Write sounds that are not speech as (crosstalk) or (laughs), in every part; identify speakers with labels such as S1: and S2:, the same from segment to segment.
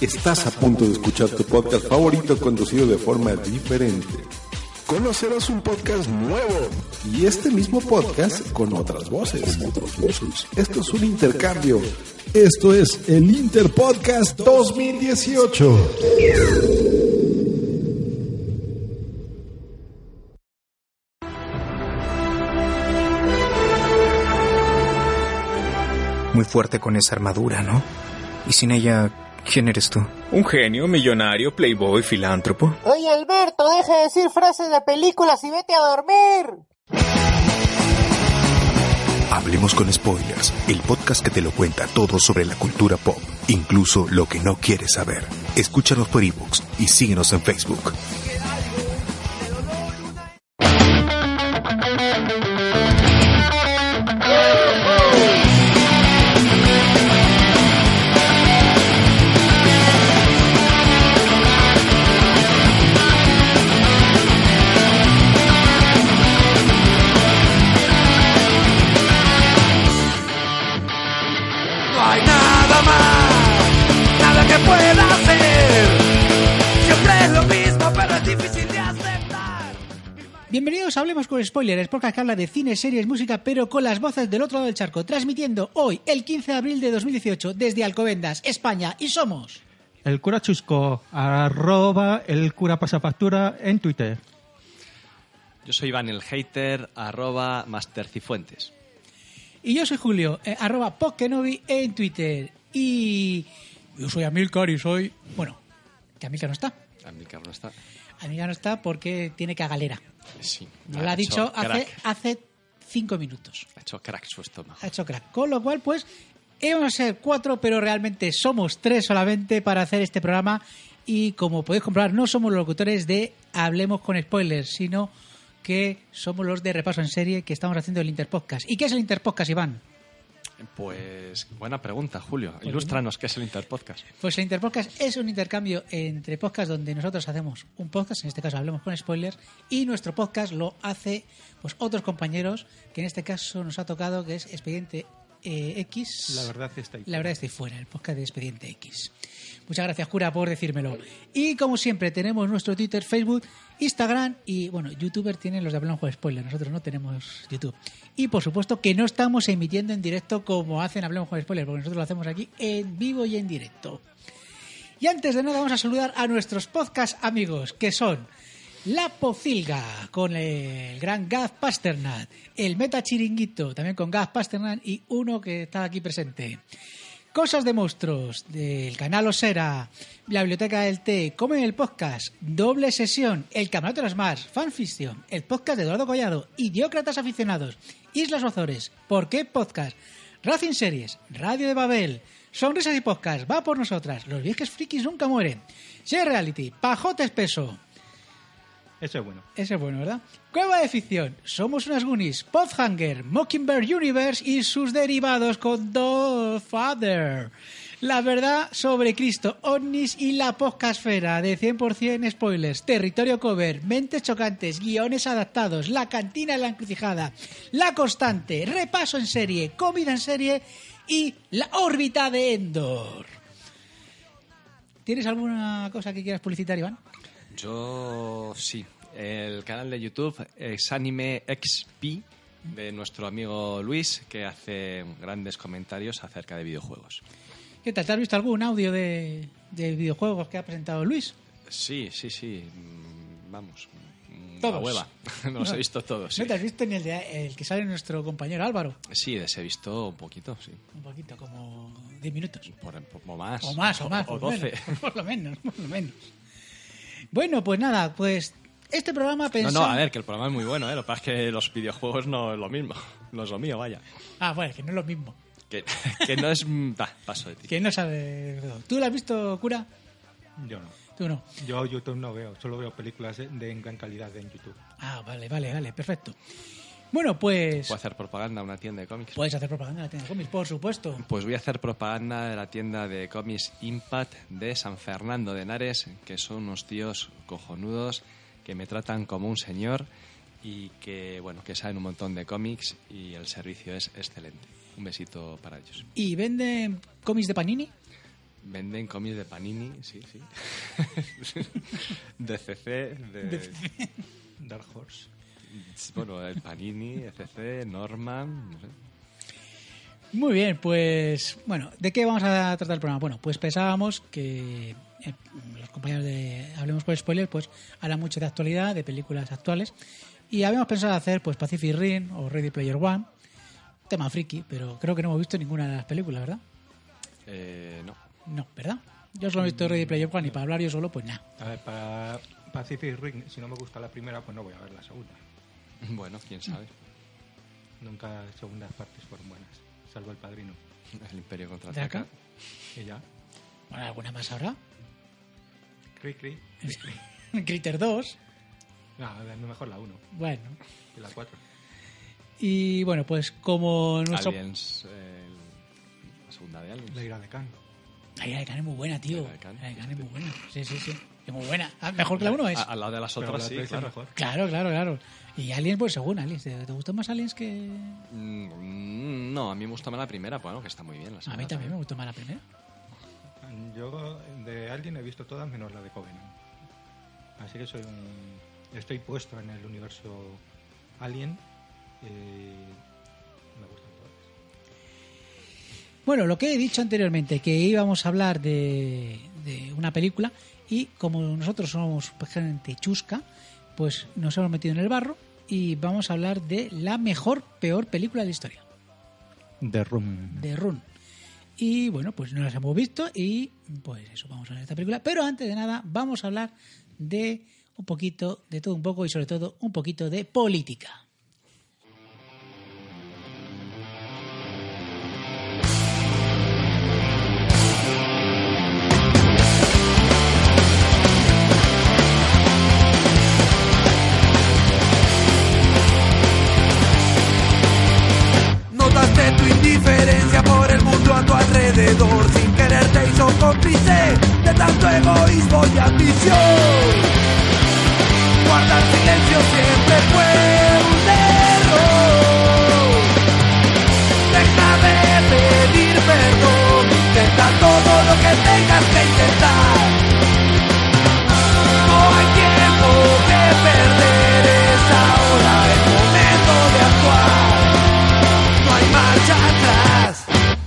S1: Estás a punto de escuchar tu podcast favorito conducido de forma diferente. Conocerás un podcast nuevo y este mismo podcast con otras voces. Esto es un intercambio. Esto es el Interpodcast 2018.
S2: Muy fuerte con esa armadura, ¿no? Y sin ella, ¿quién eres tú?
S3: Un genio, millonario, playboy, filántropo.
S4: Oye, Alberto, deja de decir frases de películas y vete a dormir.
S5: Hablemos con Spoilers, el podcast que te lo cuenta todo sobre la cultura pop, incluso lo que no quieres saber. Escúchanos por iVoox y síguenos en Facebook.
S6: No hay nada más, nada que pueda hacer. Siempre es lo mismo, pero es difícil de aceptar.
S7: Bienvenidos a Hablemos con Spoilers, podcast que habla de cine, series, música, pero con las voces del otro lado del charco, transmitiendo hoy, el 15 de abril de 2018, desde Alcobendas, España, y somos...
S8: El cura chusco, arroba el cura pasapastura en Twitter.
S9: Yo soy Iván el Hater, arroba mastercifuentes.
S7: Y yo soy Julio, eh, arroba Pokenovi en Twitter. Y yo soy Amilcar y soy... Bueno, que Amilcar no está.
S9: A mí cabrón está.
S7: Amilcar no está porque tiene cagalera.
S9: Sí.
S7: Lo ha
S9: hecho
S7: dicho hace,
S9: crack.
S7: hace cinco minutos.
S9: Ha hecho crack su estómago.
S7: Ha hecho crack. Con lo cual, pues, íbamos a ser cuatro, pero realmente somos tres solamente para hacer este programa. Y como podéis comprobar, no somos los locutores de Hablemos con Spoilers, sino que somos los de repaso en serie que estamos haciendo el Interpodcast. ¿Y qué es el Interpodcast, Iván?
S9: Pues buena pregunta, Julio. Ilústranos qué es el Interpodcast.
S7: Pues el Interpodcast es un intercambio entre podcasts donde nosotros hacemos un podcast, en este caso hablemos con spoilers, y nuestro podcast lo hace pues otros compañeros, que en este caso nos ha tocado, que es Expediente eh, X.
S8: La verdad está ahí.
S7: La verdad estoy fuera, el podcast de Expediente X. Muchas gracias, cura, por decírmelo. Y como siempre, tenemos nuestro Twitter, Facebook, Instagram y, bueno, YouTuber tienen los de Hablamos con Spoiler. Nosotros no tenemos YouTube. Y por supuesto que no estamos emitiendo en directo como hacen Hablamos con Spoiler, porque nosotros lo hacemos aquí en vivo y en directo. Y antes de nada, vamos a saludar a nuestros podcast amigos, que son La Pocilga, con el gran Gaz Pasternak, el Meta Chiringuito, también con Gaz Pasternak y uno que está aquí presente. Cosas de monstruos, del canal Osera, la biblioteca del té, Comen el podcast, doble sesión, el camarote de las Mars, fanfiction, el podcast de Eduardo Collado, Idiócratas aficionados, Islas Ozores, ¿por qué podcast? Racing Series, Radio de Babel, Sonrisas y Podcast, va por nosotras, los viejos frikis nunca mueren, Share Reality, Pajote Espeso,
S8: Eso es bueno.
S7: ese es bueno, ¿verdad? Cueva de ficción, Somos unas Goonies, Podhanger, Mockingbird Universe y sus derivados con The Father. La verdad sobre Cristo, OVNIS y la poscasfera de 100% spoilers, territorio cover, mentes chocantes, guiones adaptados, la cantina de la encrucijada, la constante, repaso en serie, comida en serie y la órbita de Endor. ¿Tienes alguna cosa que quieras publicitar, Iván?
S9: Yo sí. El canal de YouTube es Anime XP de nuestro amigo Luis, que hace grandes comentarios acerca de videojuegos.
S7: ¿Qué tal? ¿Te has visto algún audio de, de videojuegos que ha presentado Luis?
S9: Sí, sí, sí. mm, Vamos. mm,
S7: Todos.
S9: La hueva. (laughs) Los he visto todos. Sí.
S7: No te has visto ni el, de- el que sale nuestro compañero Álvaro.
S9: Sí, les he visto un poquito, sí.
S7: Un poquito, como 10 minutos.
S9: Por, por- o más.
S7: O más, o más. pues
S9: O
S7: por lo
S9: 12.
S7: menos, (laughs) por lo menos, por lo menos. Bueno, pues nada, pues este programa
S9: No,
S7: pensamos...
S9: no, a ver, que el programa es muy bueno, ¿eh? Lo que pasa es que los videojuegos no es lo mismo. No es lo mío, vaya.
S7: Ah, bueno, que no es lo mismo.
S9: Que, (laughs) que no es... mm, Da, paso de ti.
S7: Que no sabe... ¿Tú lo has visto, cura?
S8: Yo no.
S7: Tú no.
S8: Yo YouTube no veo, solo veo películas de, de en gran calidad en YouTube.
S7: Ah, vale, vale, vale, perfecto. Bueno, pues...
S9: ¿Puedo hacer propaganda a una tienda de cómics?
S7: Puedes hacer propaganda en la tienda de cómics, por supuesto.
S9: Pues voy a hacer propaganda de la tienda de cómics Impact de San Fernando de Henares, que son unos tíos cojonudos que me tratan como un señor y que, bueno, que saben un montón de cómics y el servicio es excelente. Un besito para ellos.
S7: ¿Y venden cómics de Panini?
S10: Venden cómics de Panini, sí, sí. (laughs) de CC, de...
S11: Dark Horse.
S10: Bueno, el Panini, ECC, Norman, no sé.
S7: Muy bien, pues bueno, ¿de qué vamos a tratar el programa? Bueno, pues pensábamos que eh, los compañeros de Hablemos con Spoiler pues hablan mucho de actualidad, de películas actuales y habíamos pensado hacer pues Pacific Rim o Ready Player One, tema friki, pero creo que no hemos visto ninguna de las películas, ¿verdad?
S10: Eh, no.
S7: No, ¿verdad? Yo solo he visto Ready Player One y para hablar yo solo pues nada.
S11: A ver, para Pacific Ring, si no me gusta la primera, pues no voy a ver la segunda.
S10: Bueno, quién sabe.
S11: Nunca segundas partes fueron buenas, salvo el padrino.
S10: El Imperio
S7: ¿De acá?
S10: contraataca.
S11: Y ya.
S7: Bueno, ¿alguna más habrá? (laughs)
S11: Cri, cri.
S7: Critter 2,
S11: No, a ver, mejor la 1
S7: bueno.
S11: que la 4.
S7: Y bueno, pues como nuestro...
S10: Aliens, eh, la segunda de Aliens.
S11: La ira de Khan.
S7: Ay, la de Khan es muy buena, tío.
S10: La
S7: La
S10: de Khan.
S7: de Khan es muy buena. Sí, sí, sí. Es muy buena. Ah, Mejor que la uno es.
S10: A- al lado de las
S11: Pero
S10: otras,
S11: la
S10: sí,
S11: tres es
S10: claro.
S11: mejor.
S7: Claro, claro, claro. Y Aliens, pues según Aliens. ¿Te, te gustan más Aliens que...?
S10: Mm, No, a mí me gusta más la primera, bueno, que está muy bien. La
S7: A
S10: segunda
S7: mí también me gustó Pues más la primera.
S11: Yo de alguien he visto todas menos la de Covenant. Así que soy un... Estoy puesto en el universo Alien. eh, me gustan todas.
S7: Bueno, lo que he dicho anteriormente, que íbamos a hablar de, de una película y como nosotros somos gente chusca, pues nos hemos metido en el barro y vamos a hablar de la mejor, peor película de la historia,
S11: The Room.
S7: de Run. Y bueno, pues no las hemos visto y pues eso, vamos a ver esta película. Pero antes de nada, vamos a hablar de un poquito, de todo un poco y sobre todo un poquito de política.
S9: Notas de tu indiferencia por el mundo a tu alrededor. Sin querer te hizo cómplice de tanto egoísmo y ambición. Guardar silencio siempre fue un error. Deja de pedir perdón. Intenta todo lo que tengas que intentar. No hay tiempo que perder. Es ahora el momento de actuar no hay marcha atrás.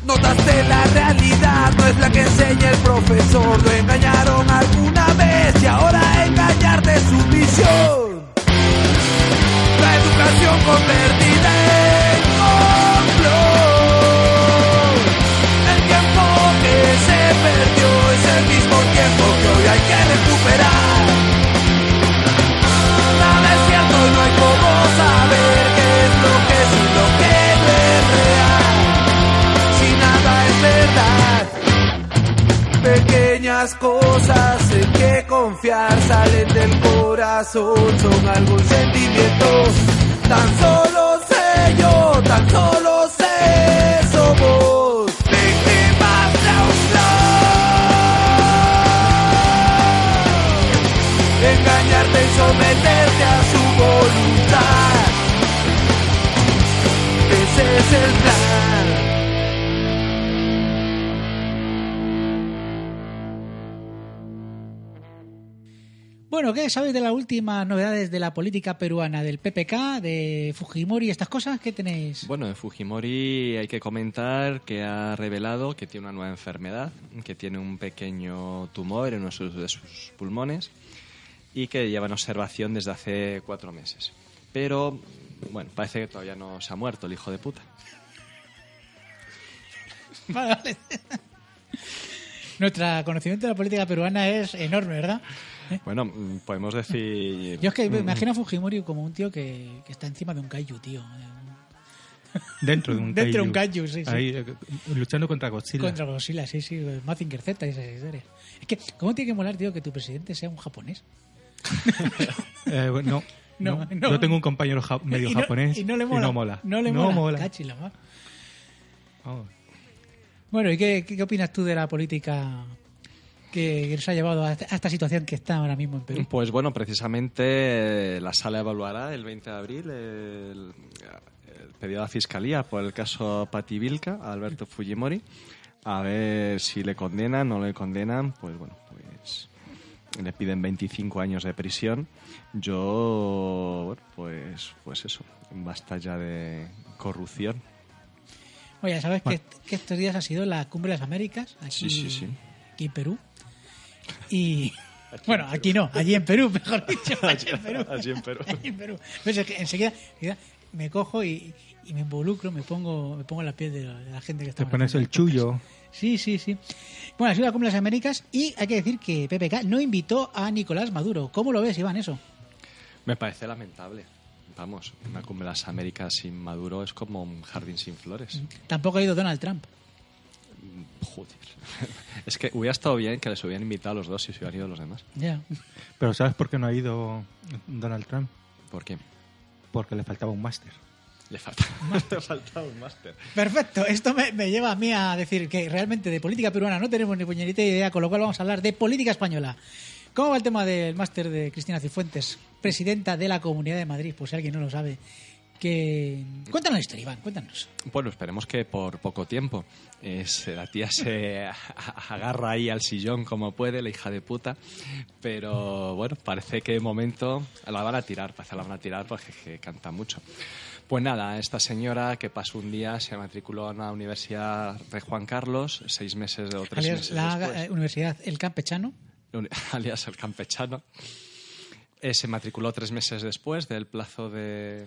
S9: Notaste la realidad, no es la que enseña el profesor. Lo engañaron alguna vez y ahora engañar de su visión. La educación convertida en complot. El tiempo que se perdió es el mismo tiempo que hoy hay que recuperar. Nada es cierto y no hay como saber qué es lo que es y lo que no es real. Si nada es verdad, pequeñas cosas en que confiar salen del corazón, son algún sentimiento. Tan solo sé yo, tan solo sé somos víctimas de un plan engañarte y someterte a su voluntad. Ese es el plan.
S7: Bueno, ¿qué sabéis de las últimas novedades de la política peruana, del PPK, de Fujimori, estas cosas? ¿Qué tenéis?
S10: Bueno, de Fujimori hay que comentar que ha revelado que tiene una nueva enfermedad, que tiene un pequeño tumor en uno de sus, de sus pulmones y que lleva en observación desde hace cuatro meses. Pero, bueno, parece que todavía no se ha muerto el hijo de puta.
S7: Vale, (laughs) vale. Nuestra conocimiento de la política peruana es enorme, ¿verdad?
S10: Bueno, mm, podemos decir...
S7: ¿Eh? Yo es
S9: Mm.
S7: que me imagino a Fujimori como un tío que, que está encima de un kaiju, tío.
S11: Dentro de un
S7: Dentro de un
S11: kaiju.
S7: kaiju, sí, sí.
S11: Ahí, eh, luchando contra Godzilla.
S7: Contra Godzilla, sí, sí, Mazinger Z y esas historias. Es que, ¿cómo tiene que molar, tío, que tu presidente sea un japonés?
S11: Eh, no,
S7: No,
S11: no,
S7: (laughs) no.
S11: Yo tengo un compañero ja- medio
S7: Y no-
S11: japonés
S7: y no le mola. No le mola. Cachi la mar.
S11: Vamos.
S7: Bueno, ¿y qué, qué, qué opinas tú de la política que nos ha llevado a esta, a esta situación que está ahora mismo en Perú?
S10: Pues bueno, precisamente eh, la sala evaluará el 20 de abril eh, el, el pedido a la Fiscalía por el caso Pativilca, a Alberto Fujimori,
S9: a ver si le condenan o no le condenan, pues bueno, pues le piden 25 años de prisión. Yo, bueno, pues, pues eso, basta ya de corrupción.
S7: Oye, ¿sabes que, que estos días ha sido la Cumbre de las Américas? Aquí,
S9: Sí, sí, sí.
S7: Aquí en Perú. Y. bueno, (laughs) aquí no, allí en Perú, (laughs) mejor dicho. Allí en
S9: (laughs)
S7: Perú.
S9: Allí en Perú.
S7: Allí (laughs) en Perú. Pues es que enseguida, enseguida me cojo y, y me involucro, me pongo, me pongo en la piel de la, de la gente que está.
S11: Te pones el chullo.
S7: Sí, sí, sí. Bueno, ha sido la Cumbre de las Américas y hay que decir que PPK no invitó a Nicolás Maduro. ¿Cómo lo ves, Iván, eso?
S9: Me parece lamentable. Vamos, una cumbre de las Américas sin Maduro es como un jardín sin flores.
S7: Tampoco ha ido Donald Trump.
S9: Joder. (laughs) Es que hubiera estado bien que les hubieran invitado a los dos y se hubieran ido los demás.
S7: Ya.
S11: Pero ¿sabes por qué no ha ido Donald Trump?
S9: ¿Por qué?
S11: Porque le faltaba un máster.
S9: Le falta, (laughs) le falta un máster.
S7: Perfecto, esto me, me lleva a mí a decir que realmente de política peruana no tenemos ni puñalita idea, con lo cual vamos a hablar de política española. ¿Cómo va el tema del máster de Cristina Cifuentes, presidenta de la Comunidad de Madrid? Por si alguien no lo sabe. Que... Cuéntanos la historia, Iván, cuéntanos.
S9: Bueno, esperemos que por poco tiempo. Eh, se- la tía se a- a- agarra ahí al sillón como puede, la hija de puta. Pero bueno, parece que de momento la van a tirar, parece que la van a tirar porque que canta mucho. Pues nada, esta señora que pasó un día se matriculó en la Universidad de Juan Carlos, seis meses o tres
S7: Alias,
S9: meses
S7: la
S9: después.
S7: eh, Universidad El Campechano.
S9: Uni- (laughs) alias el campechano, eh, se matriculó tres meses después del plazo de,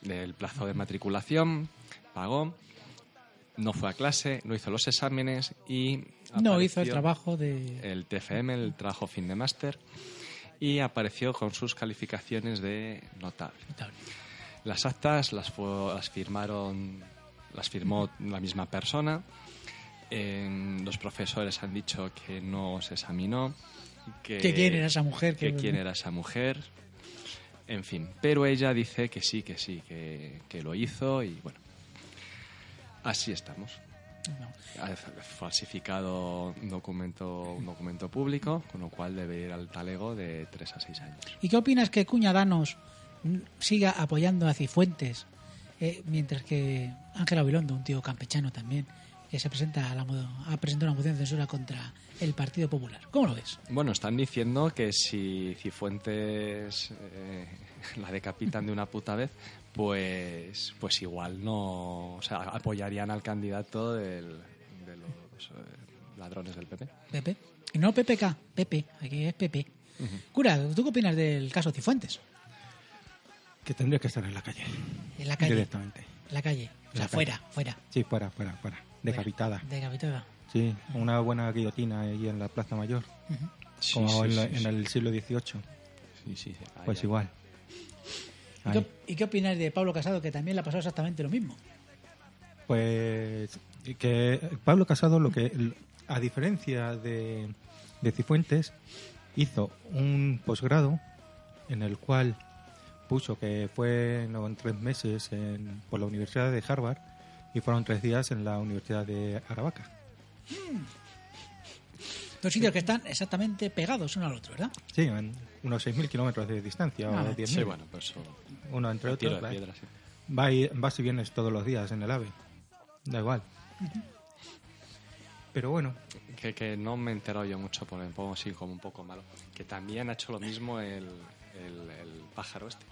S9: del plazo de matriculación, pagó, no fue a clase, no hizo los exámenes y...
S7: No
S9: apareció eh,
S7: hizo el trabajo de...
S9: El TFM, el trabajo fin de máster, y apareció con sus calificaciones de notable. Las actas las, fue- las firmaron, las firmó la misma persona. Eh, los profesores han dicho que no se examinó. Que,
S7: Que quién era esa mujer,
S9: Que
S7: que-
S9: quién era esa mujer. En fin, pero ella dice que sí, que sí, que, que lo hizo y bueno. Así estamos. Ha falsificado un documento, un documento público, con lo cual debe ir al talego de 3 a 6 años.
S7: ¿Y qué opinas que Cuña Danos mm, siga apoyando a Cifuentes? eh, mientras que Ángela Bilondo, un tío campechano también, que se presenta a la modo- ha presentado una moción de censura contra el Partido Popular. ¿Cómo lo ves?
S9: Bueno, están diciendo que si Cifuentes eh, (laughs) la decapitan de una puta vez, pues, pues igual no. O sea, apoyarían al candidato del- de los eh, ladrones del PP.
S7: Pepe. No PPK, Pepe, aquí es Pepe. Cura, ¿tú qué opinas del caso Cifuentes?
S11: Que tendría que estar en la calle.
S7: En la calle.
S11: Directamente.
S7: En la calle. O sea,
S11: La calle.
S7: fuera, fuera.
S11: Sí, fuera, fuera, fuera. Decapitada.
S7: Decapitada.
S11: Sí, una buena guillotina ahí en la Plaza Mayor.
S9: Sí,
S11: como
S9: sí,
S11: en, la-
S9: sí,
S11: en
S9: sí. Ah,
S11: el siglo XVIII.
S9: Sí, sí, sí. Ahí,
S11: Pues
S9: ahí.
S11: igual.
S7: ¿Y
S11: Ahí.
S7: qué, y qué opinas de Pablo Casado, que también le ha pasado exactamente lo mismo?
S11: Pues que Pablo Casado lo que a diferencia de, de Cifuentes hizo un posgrado en el cual puso que fueron tres meses en- por la Universidad de Harvard y fueron tres días en la Universidad de Aravaca.
S7: Dos sitios que están exactamente pegados uno al otro, ¿verdad?
S11: Sí, en unos 6.000 kilómetros de distancia
S7: Ah,
S11: o 10.000.
S9: Sí, bueno, pues eso.
S11: Uno entre
S9: tiro
S11: otros.
S9: de
S11: claro.
S9: piedra, sí.
S11: Va y, vas y vienes todos los días en el AVE. Da igual. Pero bueno,
S9: que, que no me he enterado yo mucho, porque me pongo así como un poco malo. Que también ha hecho lo mismo el, el, el pájaro este,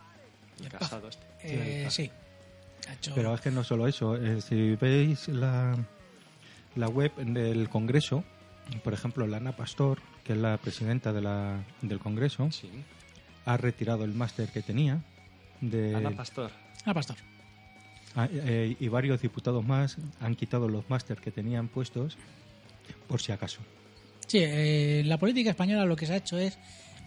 S9: el, casado este.
S7: Eh, sí. Ha hecho-
S11: Pero es que no solo eso. eh, si veis la, la web del Congreso, por ejemplo, Lana Pastor, que es la presidenta de la, del Congreso,
S9: Sí.
S11: ha retirado el máster que tenía. De,
S9: Ana Pastor.
S7: Ah, pastor.
S11: Ah, eh, y varios diputados más han quitado los máster que tenían puestos por si acaso.
S7: Sí, eh, la política española lo que se ha hecho es,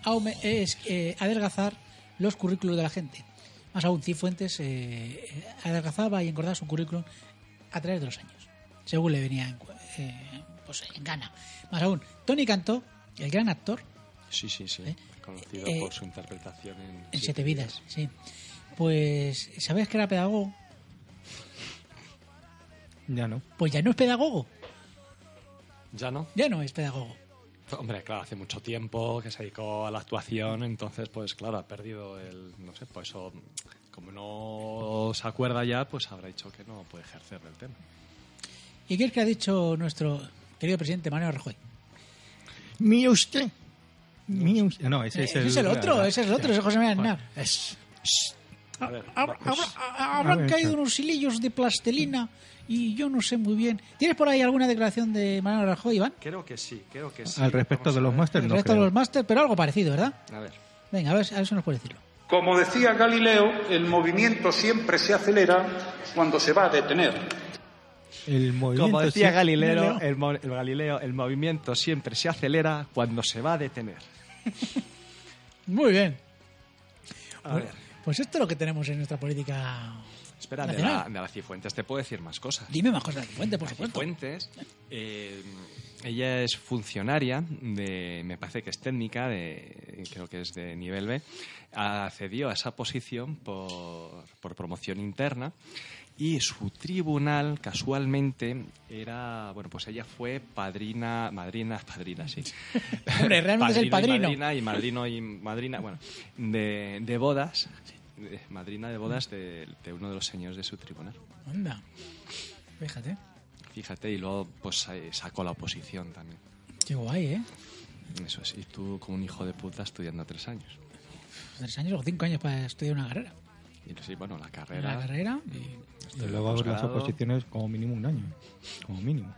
S7: aume- es, eh, adelgazar los currículos de la gente. Más aún, Cifuentes eh, eh, adelgazaba y engordaba su currículum a través de los años, según le venía en, cu- eh, pues, en gana. Más aún, Tony Cantó, el gran actor,
S9: Sí, sí, sí.
S7: ¿Eh?
S9: Conocido
S7: Eh,
S9: por su interpretación en,
S7: en Siete Vidas, sí. Pues, ¿sabes que era pedagogo?
S11: Ya no.
S7: Pues ya no es pedagogo,
S9: Ya no.
S7: ya no es pedagogo.
S9: Hombre, claro, hace mucho tiempo que se dedicó a la actuación, entonces, pues claro, ha perdido el. No sé, pues eso. Como no se acuerda ya, pues habrá dicho que no puede ejercer el tema.
S7: ¿Y qué es que ha dicho nuestro querido presidente Manuel Rajoy?
S12: Mire usted. Mire usted.
S8: No, ese es
S7: Ese
S8: el,
S7: es el otro,
S8: la-
S7: ese es el otro,
S8: sí.
S7: ese es José María
S8: Bueno,
S7: Aznar. Es- es-
S8: A ver,
S7: Habrá- habrá-
S8: pues,
S7: ha- habrán
S8: a ver,
S7: caído
S8: claro.
S7: unos hilillos de plastelina y yo no sé muy bien. ¿Tienes por ahí alguna declaración de Manuel Rajoy, Iván?
S9: Creo que sí, creo que
S8: Al respecto de los másteres,
S7: El
S8: no
S7: resto
S8: creo.
S7: de los máster, pero algo parecido, ¿verdad?
S9: A ver.
S7: Venga, a ver, a ver si nos puede decirlo.
S13: Como decía Galileo, el movimiento siempre se acelera cuando se va a detener.
S8: El movimiento
S9: Como decía
S8: sí-
S9: Galileo, el, mo- el Galileo, el movimiento siempre se acelera cuando se va a detener.
S7: Muy bien.
S9: A ver,
S7: Pues esto es lo que tenemos en nuestra política.
S9: espera, de la,
S7: Nacional.
S9: de la Cifuentes te puedo decir más cosas.
S7: Dime más cosas de Fuente, por supuesto.
S9: Cifuentes, eh, ella es funcionaria, de, me parece que es técnica, de, creo que es de nivel B, accedió a esa posición por, por promoción interna y su tribunal casualmente era, bueno, pues ella fue padrina, madrina, padrina, sí.
S7: (laughs) Hombre, realmente es el
S9: Y
S7: padrino.
S9: madrina y madrino y madrina, bueno, de, de bodas, de- madrina de bodas de- de uno de los señores de su tribunal.
S7: Anda. Fíjate.
S9: Fíjate, y luego pues eh, sacó la oposición también.
S7: Qué guay, ¿eh?
S9: Eso es, y tú como un hijo de puta estudiando tres años.
S7: Tres años o cinco años para estudiar una carrera.
S9: Y sí, bueno, la carrera...
S7: La carrera.
S9: y
S8: Y luego
S9: el
S8: las
S9: posgrado,
S8: oposiciones como mínimo un año. Como mínimo.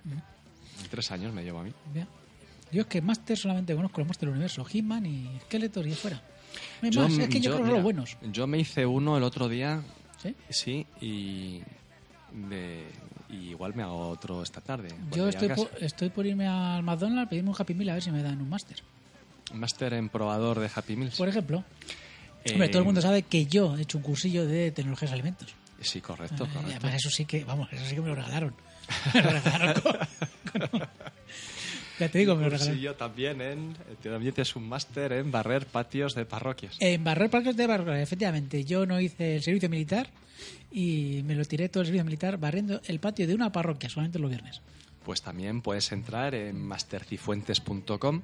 S9: Tres años me llevo a mí.
S7: ya. Yo es que máster solamente conozco los máster del universo. He-Man y Skeletor y fuera. No hay
S9: Yo-
S7: más, es que yo, creo que son
S9: mira, Pues
S7: los buenos.
S9: Yo me hice uno el otro día,
S7: ¿sí?
S9: sí, y... de- y igual me hago otro esta tarde. cuando
S7: Yo
S9: llegue
S7: estoy eh,
S9: a casa.
S7: por, estoy por irme al McDonald's, pedirme un Happy Meal a ver si me dan un máster.
S9: Máster en probador de Happy Meals.
S7: Por ejemplo.
S9: Eh,
S7: Hombre, todo el mundo sabe que yo he hecho un cursillo de tecnologías de alimentos.
S9: Sí, correcto,
S7: Ah, y
S9: correcto.
S7: además eso sí que, vamos, eso sí que me lo regalaron. (laughs) Me lo regalaron con-
S9: (laughs)
S7: con- Ya te digo, me lo
S9: Sí,
S7: regalaron.
S9: yo también en... También tienes un máster en barrer patios de parroquias.
S7: En Barrer Parques de Barrer, efectivamente. Yo no hice el servicio militar y me lo tiré todo el servicio militar barriendo el patio de una parroquia solamente los viernes.
S9: Pues también puedes entrar en mastercifuentes.com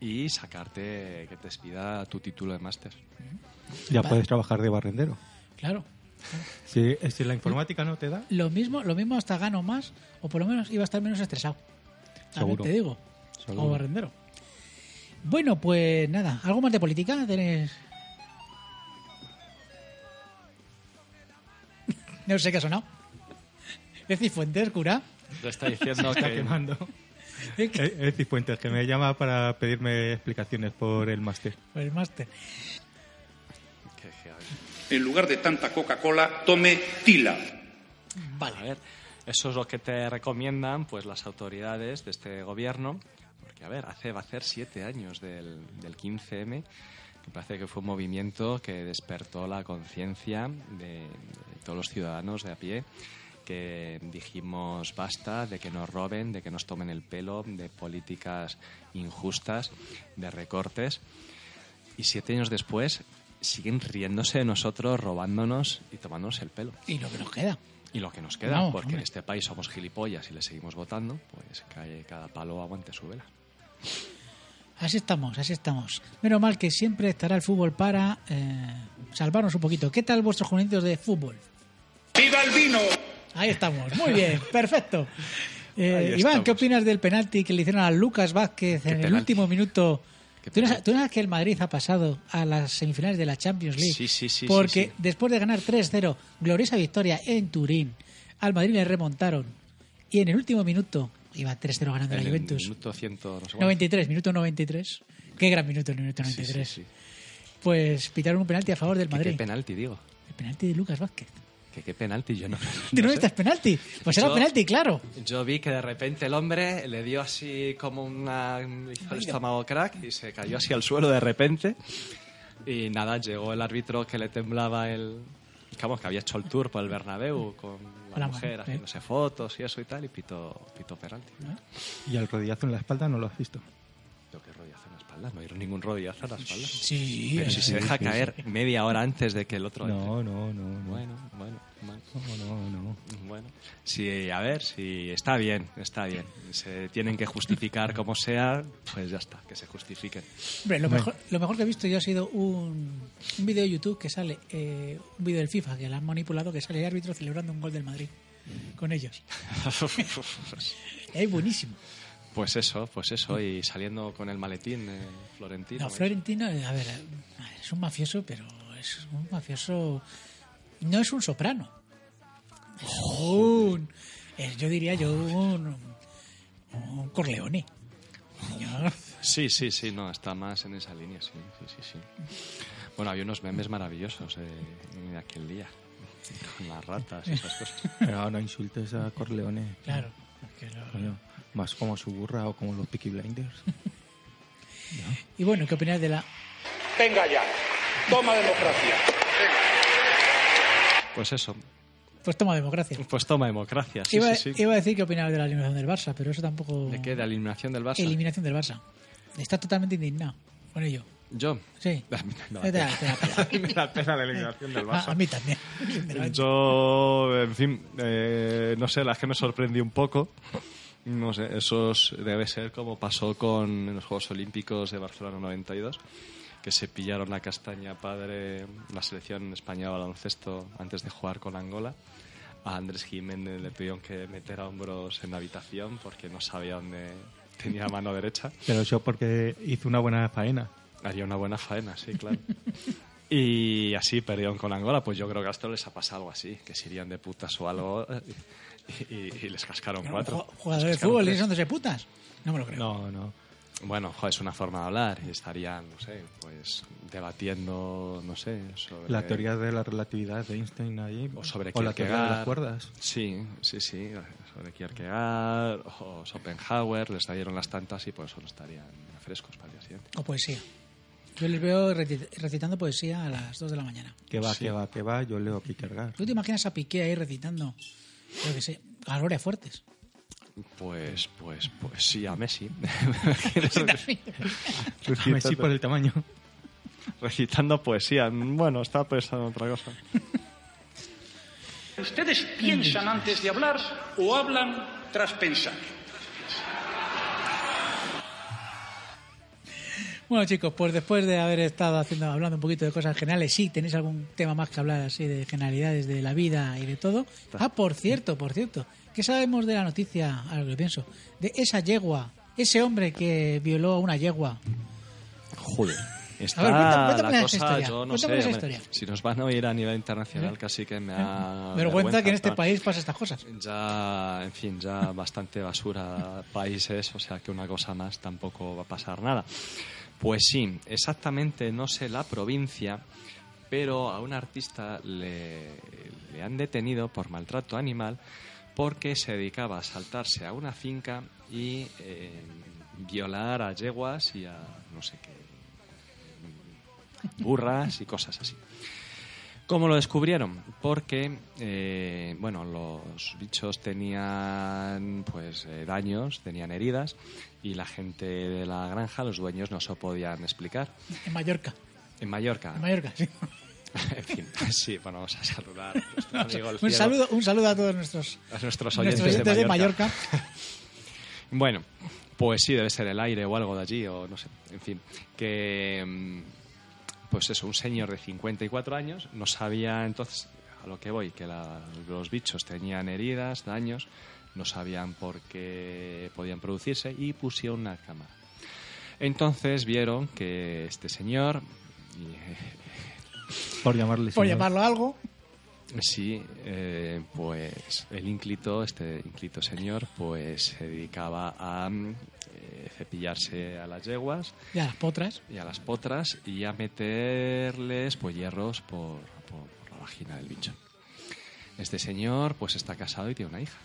S9: y sacarte que te expida tu título de máster.
S8: Ya
S7: Vale.
S8: puedes trabajar de barrendero.
S7: Claro.
S8: Si, si la informática no
S9: (laughs)
S8: te da,
S7: Lo mismo, lo mismo hasta gano más o por lo menos iba a estar menos estresado. También
S8: Seguro.
S7: te digo.
S8: Seguro.
S7: O barrendero. Bueno, pues nada. ¿Algo más de política? ¿Tenés... (laughs) No sé qué ha sonado. (laughs) Es Cifuentes, cura.
S9: Te está (laughs) diciendo
S8: está
S9: que...
S8: quemando.
S7: Es que-
S8: Es es Cifuentes, que me llama para pedirme explicaciones por el máster.
S7: Por pues el máster.
S9: que- que- a ver.
S13: En lugar de tanta Coca-Cola, tome tila.
S9: A ver, eso es lo que te recomiendan pues las autoridades de este gobierno, porque a ver, hace va a hacer siete años del, del 15M, que parece que fue un movimiento que despertó la conciencia de, de todos los ciudadanos de a pie, que dijimos basta de que nos roben, de que nos tomen el pelo, de políticas injustas, de recortes. Y siete años después siguen riéndose de nosotros, robándonos y tomándonos el pelo.
S7: Y lo que nos queda.
S9: Y lo que nos queda,
S7: Vamos,
S9: porque
S7: hombre.
S9: en este país somos gilipollas y le seguimos votando, pues cae cada palo aguante su vela.
S7: Así estamos, así estamos. Menos mal que siempre estará el fútbol para eh, salvarnos un poquito. ¿Qué tal vuestros juvenitos de fútbol?
S13: ¡Viva el vino!
S7: Ahí estamos,
S9: (laughs)
S7: muy bien, perfecto. Eh,
S9: Ahí
S7: Iván,
S9: estamos.
S7: ¿qué opinas del penalti que le hicieron a Lucas Vázquez en el
S9: penalti?
S7: último minuto?
S9: ¿Qué
S7: ¿Tú no,
S9: penalti?
S7: sabes, tú no sabes que el Madrid ha pasado a las semifinales de la Champions League?
S9: Sí, sí, sí,
S7: Porque
S9: sí, sí.
S7: después de ganar 3-0, gloriosa victoria en Turín, al Madrid le remontaron. Y en el último minuto, iba 3-0 ganando la
S9: en el
S7: Juventus.
S9: minuto 100, no sé cuánto.
S7: 93, minuto 93. Qué gran minuto el minuto
S9: Sí, sí,
S7: 93.
S9: sí.
S7: Pues pitaron un penalti a favor del
S9: Que ¿Qué,
S7: Madrid.
S9: penalti, digo?
S7: el penalti de Lucas Vázquez.
S9: ¿Qué, qué penalti? Yo no, (laughs)
S7: ¿Tú no
S9: no sé.
S7: viste el penalti? Pues era
S9: Yo-
S7: penalti, claro.
S9: Yo vi que de repente el hombre le dio así como una... hizo el estómago crack y se cayó así al suelo de repente. Y nada, llegó el árbitro que le temblaba el... que, Vamos, que había hecho el tour por el Bernabéu con la
S7: Con la
S9: mujer
S7: mujer,
S9: haciéndose fotos y eso y tal, y pitó, pitó penalti.
S8: Y al rodillazo en la espalda no lo has visto.
S9: Lo que rodillazo en la espalda, no hay ningún rodillazo en la espalda.
S7: Sí,
S9: Pero si se deja caer media hora antes de que el otro entre.
S8: No, no, no, no.
S9: Bueno, bueno, bueno,
S8: No, no, no.
S9: bueno. Sí, a ver, si está bien, está bien. Se tienen que justificar como sea, pues ya está, que se justifiquen. (laughs)
S7: Hombre, lo, mejor, lo mejor que he visto yo ha sido un, un vídeo de YouTube que sale, eh, un vídeo del FIFA que lo han manipulado, que sale el árbitro celebrando un gol del Madrid. con ellos. es buenísimo.
S9: Pues eso, pues eso, y saliendo con el maletín eh, Florentino.
S7: No, Florentino, a ver, a ver, es un mafioso, pero es un mafioso. No es un soprano. Es
S9: Oh,
S7: un. es, yo diría yo un. Un Corleone.
S9: Oh,
S7: Yo-
S9: Sí, sí, sí, no, está más en esa línea, sí, sí, sí, sí. Bueno, había unos memes maravillosos eh, de aquel día, con las ratas y esas cosas.
S11: No, no insultes a Corleone.
S7: Claro, porque lo-
S11: Coño, más como su burra o como los Peaky
S9: (laughs)
S11: Blinders.
S7: Y bueno, ¿qué opinas de la.?
S13: Venga ya, toma democracia.
S9: Pues eso,
S7: Pues toma democracia.
S9: pues toma democracia, sí,
S7: iba,
S9: sí, sí.
S7: iba a decir qué opinaba de la eliminación del Barça, pero eso tampoco.
S9: ¿De qué? ¿De la eliminación del Barça?
S7: Eliminación del Barça. Está totalmente indignado con ello.
S9: Yo. (laughs)
S7: Sí.
S9: Me
S7: Te da- te da
S9: me da pena la eliminación (laughs) del
S7: A, a mí
S9: (laughs)
S7: también.
S9: Yo, en fin, eh, no sé, la que me sorprendí un poco. No sé, eso es- debe ser como pasó con los Juegos Olímpicos de Barcelona 92, que se pillaron la castaña padre, la selección española de baloncesto, antes de jugar con Angola. A Andrés Jiménez le tuvieron que meter a hombros en la habitación porque no sabía dónde tenía la mano derecha.
S11: Pero yo porque hizo una buena faena.
S9: Haría una buena faena, sí, claro. y así perdieron con Angola, pues yo creo que a esto les ha pasado algo así, que se irían de putas o algo eh, y, y- y les cascaron cuatro.
S7: Ju- Jugadores de fútbol, ¿y son de putas? No me lo creo.
S9: No, no. Bueno, jo, es una forma de hablar y estarían, no sé, pues debatiendo, no sé, sobre...
S11: La teoría de la relatividad de Einstein ahí.
S9: O sobre
S11: la teoría de las
S9: Kierkegaard.
S11: cuerdas.
S9: Sí, sí, sí. Sobre Kierkegaard o Schopenhauer. Les dieron las tantas y por eso no estarían frescos para el día siguiente.
S7: O poesía. Yo les veo reci- recitando poesía a las 2 de la mañana.
S11: Que va,
S7: Sí.
S11: que va, que va. Yo leo Kierkegaard.
S7: ¿Tú te imaginas a Piqué ahí recitando? Yo qué sé, calores fuertes.
S9: Pues, pues, pues sí, a Messi. (laughs)
S11: A Messi por el tamaño.
S9: Recitando poesía. Bueno, estaba pensando en otra cosa.
S13: ¿Ustedes piensan antes de hablar o hablan tras pensar?
S7: Bueno, chicos, pues después de haber estado haciendo, hablando un poquito de cosas generales, sí, tenéis algún tema más que hablar así de generalidades de la vida y de todo. Ah, por cierto, por cierto, ¿qué sabemos de la noticia, ahora que lo pienso, de esa yegua, ese hombre que violó a una yegua?
S9: Joder. Está
S7: A ver, cuéntame- cuéntame
S9: la
S7: esa
S9: cosa,
S7: historia,
S9: yo no
S7: cuéntame
S9: sé.
S7: esa
S9: hombre,
S7: historia.
S9: Si nos van a oír a nivel internacional, casi que me da.
S7: vergüenza que en este
S9: pero
S7: país pasa estas cosas.
S9: Ya, en fin, ya bastante basura (laughs) países, o sea que una cosa más tampoco va a pasar nada. Pues sí, exactamente, no sé la provincia, pero a un artista le, le han detenido por maltrato animal porque se dedicaba a saltarse a una finca y eh, violar a yeguas y a no sé qué burras y cosas así. ¿Cómo lo descubrieron? Porque, eh, bueno, los bichos tenían pues eh, daños, tenían heridas y la gente de la granja, los dueños, no se lo podían explicar.
S7: En Mallorca,
S9: En Mallorca,
S7: en Mallorca, sí.
S9: (laughs) en fin, sí, bueno, vamos a saludar a nuestro amigo el
S7: (laughs) Un
S9: ciego,
S7: saludo, un saludo a todos nuestros,
S9: a nuestros oyentes,
S7: nuestros oyentes de Mallorca.
S9: Bueno, pues sí, debe ser el aire o algo de allí, o no sé. En fin, que. mm, Pues eso, un señor de 54 años no sabía entonces, a lo que voy, que la- los bichos tenían heridas, daños, no sabían por qué podían producirse y pusieron una cámara. Entonces vieron que este señor.
S11: Por llamarle.
S7: Por
S9: (laughs) señor.
S7: llamarlo algo,
S9: Sí, eh, pues el ínclito, este ínclito señor, pues se dedicaba a mm, eh, cepillarse a las yeguas
S7: y a las potras.
S9: y a las potras y a meterles pues hierros por, por- por la vagina del bicho. Este señor pues está casado y tiene una hija.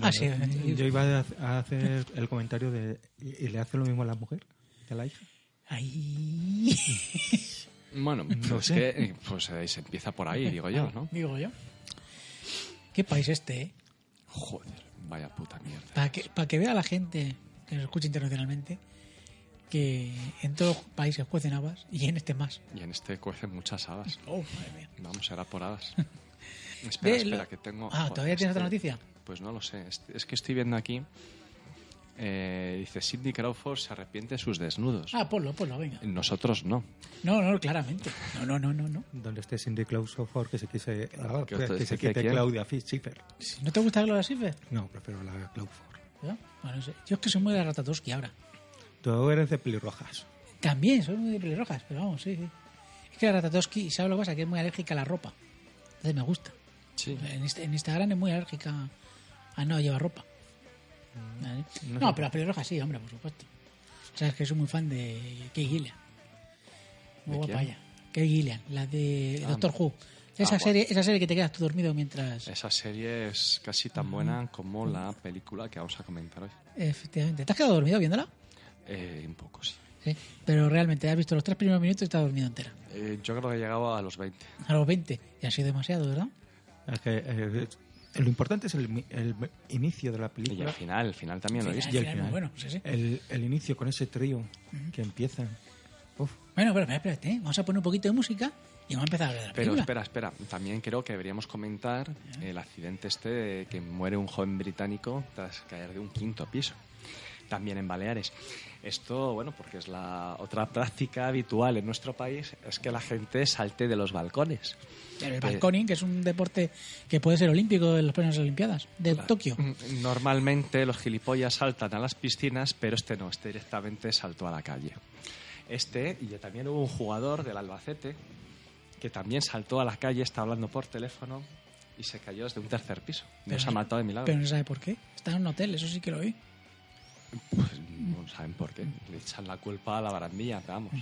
S7: Ah, sí.
S11: Yo iba a hac- a hacer el comentario de. ¿Y y le hace lo mismo a la mujer? ¿A la hija?
S7: Ahí.
S9: Bueno,
S11: No
S9: pues
S11: sé.
S9: que eh, pues eh, se empieza por ahí, digo yo,
S7: (laughs)
S9: ¿no?
S7: Digo yo. ¿Qué país este, eh?
S9: Joder, vaya puta mierda.
S7: Para que, para que vea la gente que nos escucha internacionalmente que en todos los países cuecen habas y en este más.
S9: Y en este cuecen muchas habas.
S7: Oh, madre mía.
S9: Vamos, será por habas. espera,
S7: Ve lo-
S9: espera, que tengo...
S7: Ah,
S9: joder,
S7: ¿todavía tienes otra
S9: este-
S7: noticia?
S9: Pues no lo sé. Es- Es que estoy viendo aquí eh, dice, Sidney Crawford se arrepiente de sus desnudos.
S7: Ah, ponlo, ponlo, venga.
S9: Nosotros no.
S7: No, no, claramente. No, no, no, no. no.
S11: Donde esté Cindy Crawford, que se quise, ah,
S9: que
S11: que
S9: usted
S11: se
S9: dice
S11: quite
S9: quién.
S11: Claudia Fi- Schiffer.
S7: ¿No te gusta Gloria Schiffer?
S11: No, prefiero la Crawford.
S7: ¿Ya? Bueno, no sé. Yo es que soy muy de Ratatouille ahora.
S11: Tú eres de pelirrojas.
S7: También soy muy de pelirrojas, pero vamos, sí, sí. Es que la Ratatosky, ¿sabes lo que pasa? Que es muy alérgica a la ropa. Entonces me gusta.
S9: Sí.
S7: En, Inst- en Instagram es muy alérgica a no llevar ropa.
S9: Mm,
S7: ¿Vale? No, pero las pelirrojas sí, hombre, por supuesto. Sabes que soy muy fan de Kay Gillian. Muy
S9: ¿De
S7: guapa
S9: quién?
S7: ella. Kay Gillian, la de
S9: Ah,
S7: Doctor Who. Esa,
S9: bueno.
S7: serie, esa serie que te quedas tú dormido mientras...
S9: Esa serie es casi tan buena como la película que vamos a comentar hoy.
S7: Efectivamente. ¿Te has quedado dormido viéndola?
S9: Eh, un poco, sí.
S7: Sí. Pero realmente, has visto los tres primeros minutos y estás dormido entera.
S9: Eh, yo creo que llegaba a los 20.
S7: A los 20. Y ha sido demasiado, ¿verdad?
S11: Es que, eh, lo importante es el, mi- el inicio de la
S9: Y
S11: película.
S9: al final, el final también lo
S7: Final,
S9: viste.
S11: Y el
S7: final,
S11: final.
S7: bueno, sí, sí.
S11: El, el inicio con ese trío que empieza. Uf,
S7: Bueno, pero espérate, espérate, ¿eh? vamos a poner un poquito de música y vamos a empezar a hablar de la
S9: Pero
S7: película.
S9: espera, espera. También creo que deberíamos comentar el accidente este de que muere un joven británico tras caer de un quinto piso. También en Baleares. Esto, bueno, porque es la otra (laughs) práctica habitual en nuestro país, es que la gente salte de los balcones.
S7: Pero el
S9: Eh,
S7: balconing, que es un deporte que puede ser olímpico en las próximas Olimpiadas de Tokio.
S9: Mm, Normalmente los gilipollas saltan a las piscinas, pero este no, este directamente saltó a la calle. Este, y también hubo un jugador del Albacete que también saltó a la calle, está hablando por teléfono y se cayó desde un tercer piso.
S7: Pero
S9: no se ha
S7: no-
S9: matado de milagro.
S7: Pero no se sabe por qué. Está en un hotel, eso sí que lo vi.
S9: Pues no saben por qué. Le echan la culpa a la barandilla, pero vamos.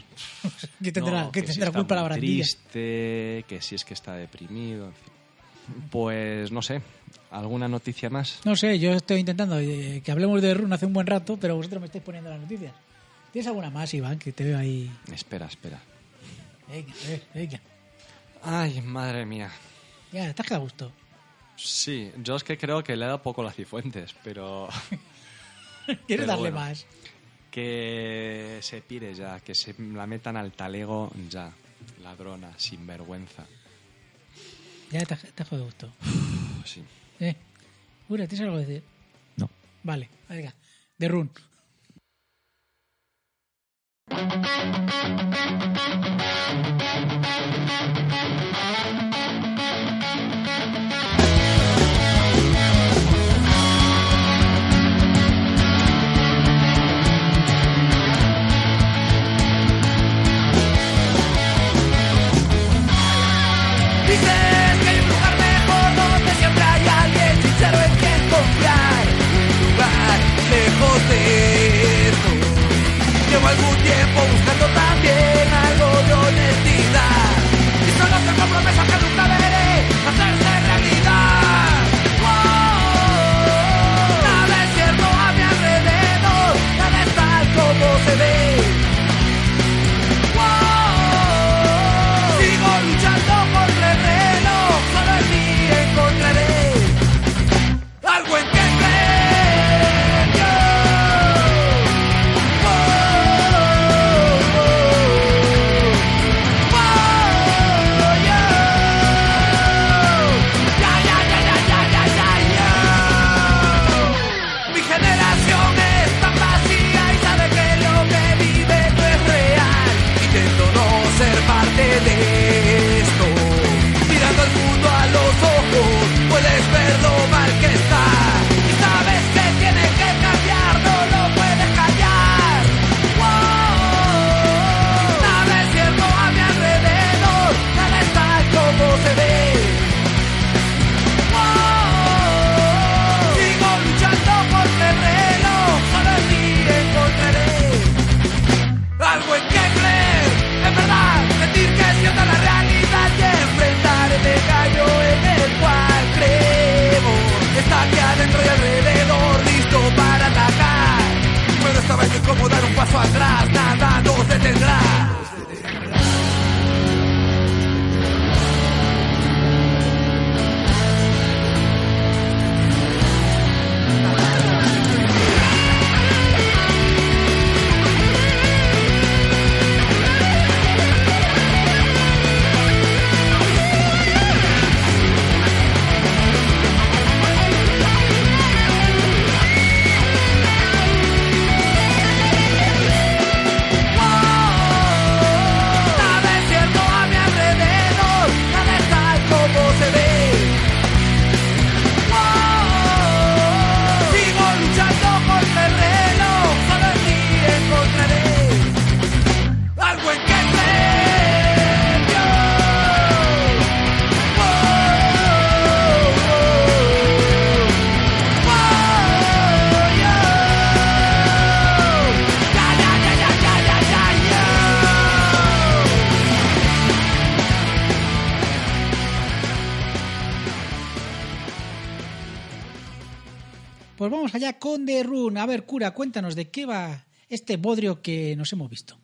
S7: Que tendrá,
S9: No,
S7: que
S9: que si
S7: tendrá
S9: está
S7: culpa la
S9: muy
S7: barandilla.
S9: Triste, que si es que está deprimido, en fin. Pues no sé, ¿alguna noticia más?
S7: No sé, yo estoy intentando eh, que hablemos de Run hace un buen rato, pero vosotros me estáis poniendo las noticias. ¿Tienes alguna más, Iván? Que te veo ahí.
S9: Espera, espera.
S7: Venga, a ver, venga.
S9: Ay, madre mía.
S7: Ya, estás que da gusto. (laughs)
S9: Sí, yo es que creo que le he dado poco a las cifuentes, pero (laughs)
S7: Quiero
S9: Pero
S7: darle
S9: bueno.
S7: más.
S9: que se pire ya, que se la metan al talego ya. Ladrona, sinvergüenza.
S7: Ya, estás estás que da gusto.
S9: Pues sí.
S7: Eh. Ura, ¿tienes algo que decir?
S11: No.
S7: Vale, venga. De Run.
S6: Dices que hay un lugar mejor donde siempre hay alguien sincero en quien confiar. Un lugar lejos de esto. Llevo algún tiempo buscando también algo de honestidad. Y solo tengo promesas que nunca veré hacerse realidad. Wow. Nada es cierto a mi alrededor, nada es tal como se ve. ¡Wow! Sigo luchando contra el reloj, solo en mí encontraré algo en que creer. Yo. ¡Wow! ¡Wow! Yo. Ya, ya, ya, ya, ya, ya, ya, ya. Mi generación es tan vacía y sabe que lo que vive no es real. Intento no ser parte de esto. Mirando al mundo a los ojos, puedes ver lo mal que está. Y sabes que tiene que cambiar, no lo puedes callar. Wow. Nada es cierto a mi alrededor, nada es tal como se ve. Wow. Sigo luchando por el reloj, solo en ti encontraré algo en que creer. En verdad, sentir que es cierta la realidad y enfrentar el engaño en el cual creemos. Está aquí adentro y alrededor, listo para atacar. Pero esta vez es como dar un paso atrás, nada nos detendrá.
S7: Pues vamos allá con The Run. A ver, cura, cuéntanos de qué va este bodrio que nos hemos visto.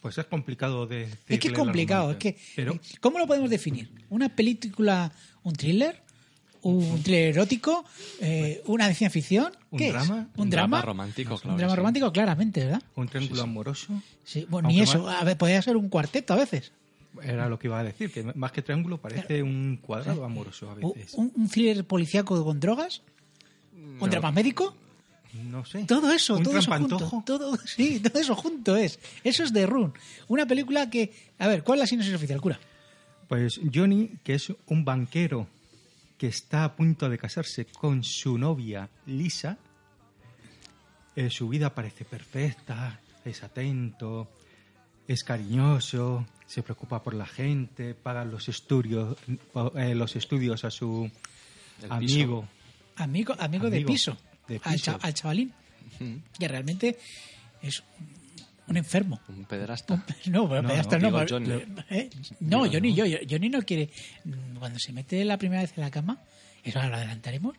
S11: Pues es complicado de decirle
S7: Es que es
S11: el
S7: complicado, es
S11: argumento,
S7: que
S11: Pero
S7: ¿cómo lo podemos definir? ¿Una película, un thriller? ¿Un thriller erótico? Eh, ¿Una de ciencia ficción?
S11: ¿Un
S7: ¿Qué es?
S11: drama?
S7: ¿Un,
S11: Un
S7: drama?
S11: drama romántico,
S7: Un
S11: claro
S7: drama
S11: que sí.
S7: romántico, claramente, ¿verdad?
S11: un triángulo amoroso
S7: Sí, bueno, ni
S11: Aunque
S7: eso.
S11: más-
S7: A ver, podría ser un cuarteto a veces.
S11: era lo que iba a decir, que más que triángulo parece un cuadrado amoroso a
S7: ¿Un,
S11: veces.
S7: un thriller policíaco con drogas? ¿Un
S11: No.
S7: drama médico?
S11: No sé.
S7: Todo eso,
S11: Un
S7: todo eso
S11: trampantojo.
S7: junto. Todo, (laughs) sí, todo eso junto es. Eso es The Run. Una película que... A ver, ¿cuál es la sinopsis oficial, cura?
S11: Pues Johnny, que es un banquero que está a punto de casarse con su novia Lisa, eh, su vida parece perfecta, es atento, es cariñoso, se preocupa por la gente, paga los estudios, eh, los estudios a su
S9: El
S11: amigo.
S7: Amigo, amigo, de
S11: Amigo,
S7: piso.
S11: de
S7: Al,
S11: piso.
S7: cha- al chavalín. Que realmente es un enfermo.
S9: Un pedrasta.
S7: (laughs) No, pero
S9: Ah. No,
S7: pedastre
S9: no,
S7: no.
S9: digo
S7: pero-
S9: Johnny.
S7: ¿eh? No, Johnny, yo, yo- Johnny no quiere. mm, Cuando se mete la primera vez en la cama, eso ahora lo adelantaremos.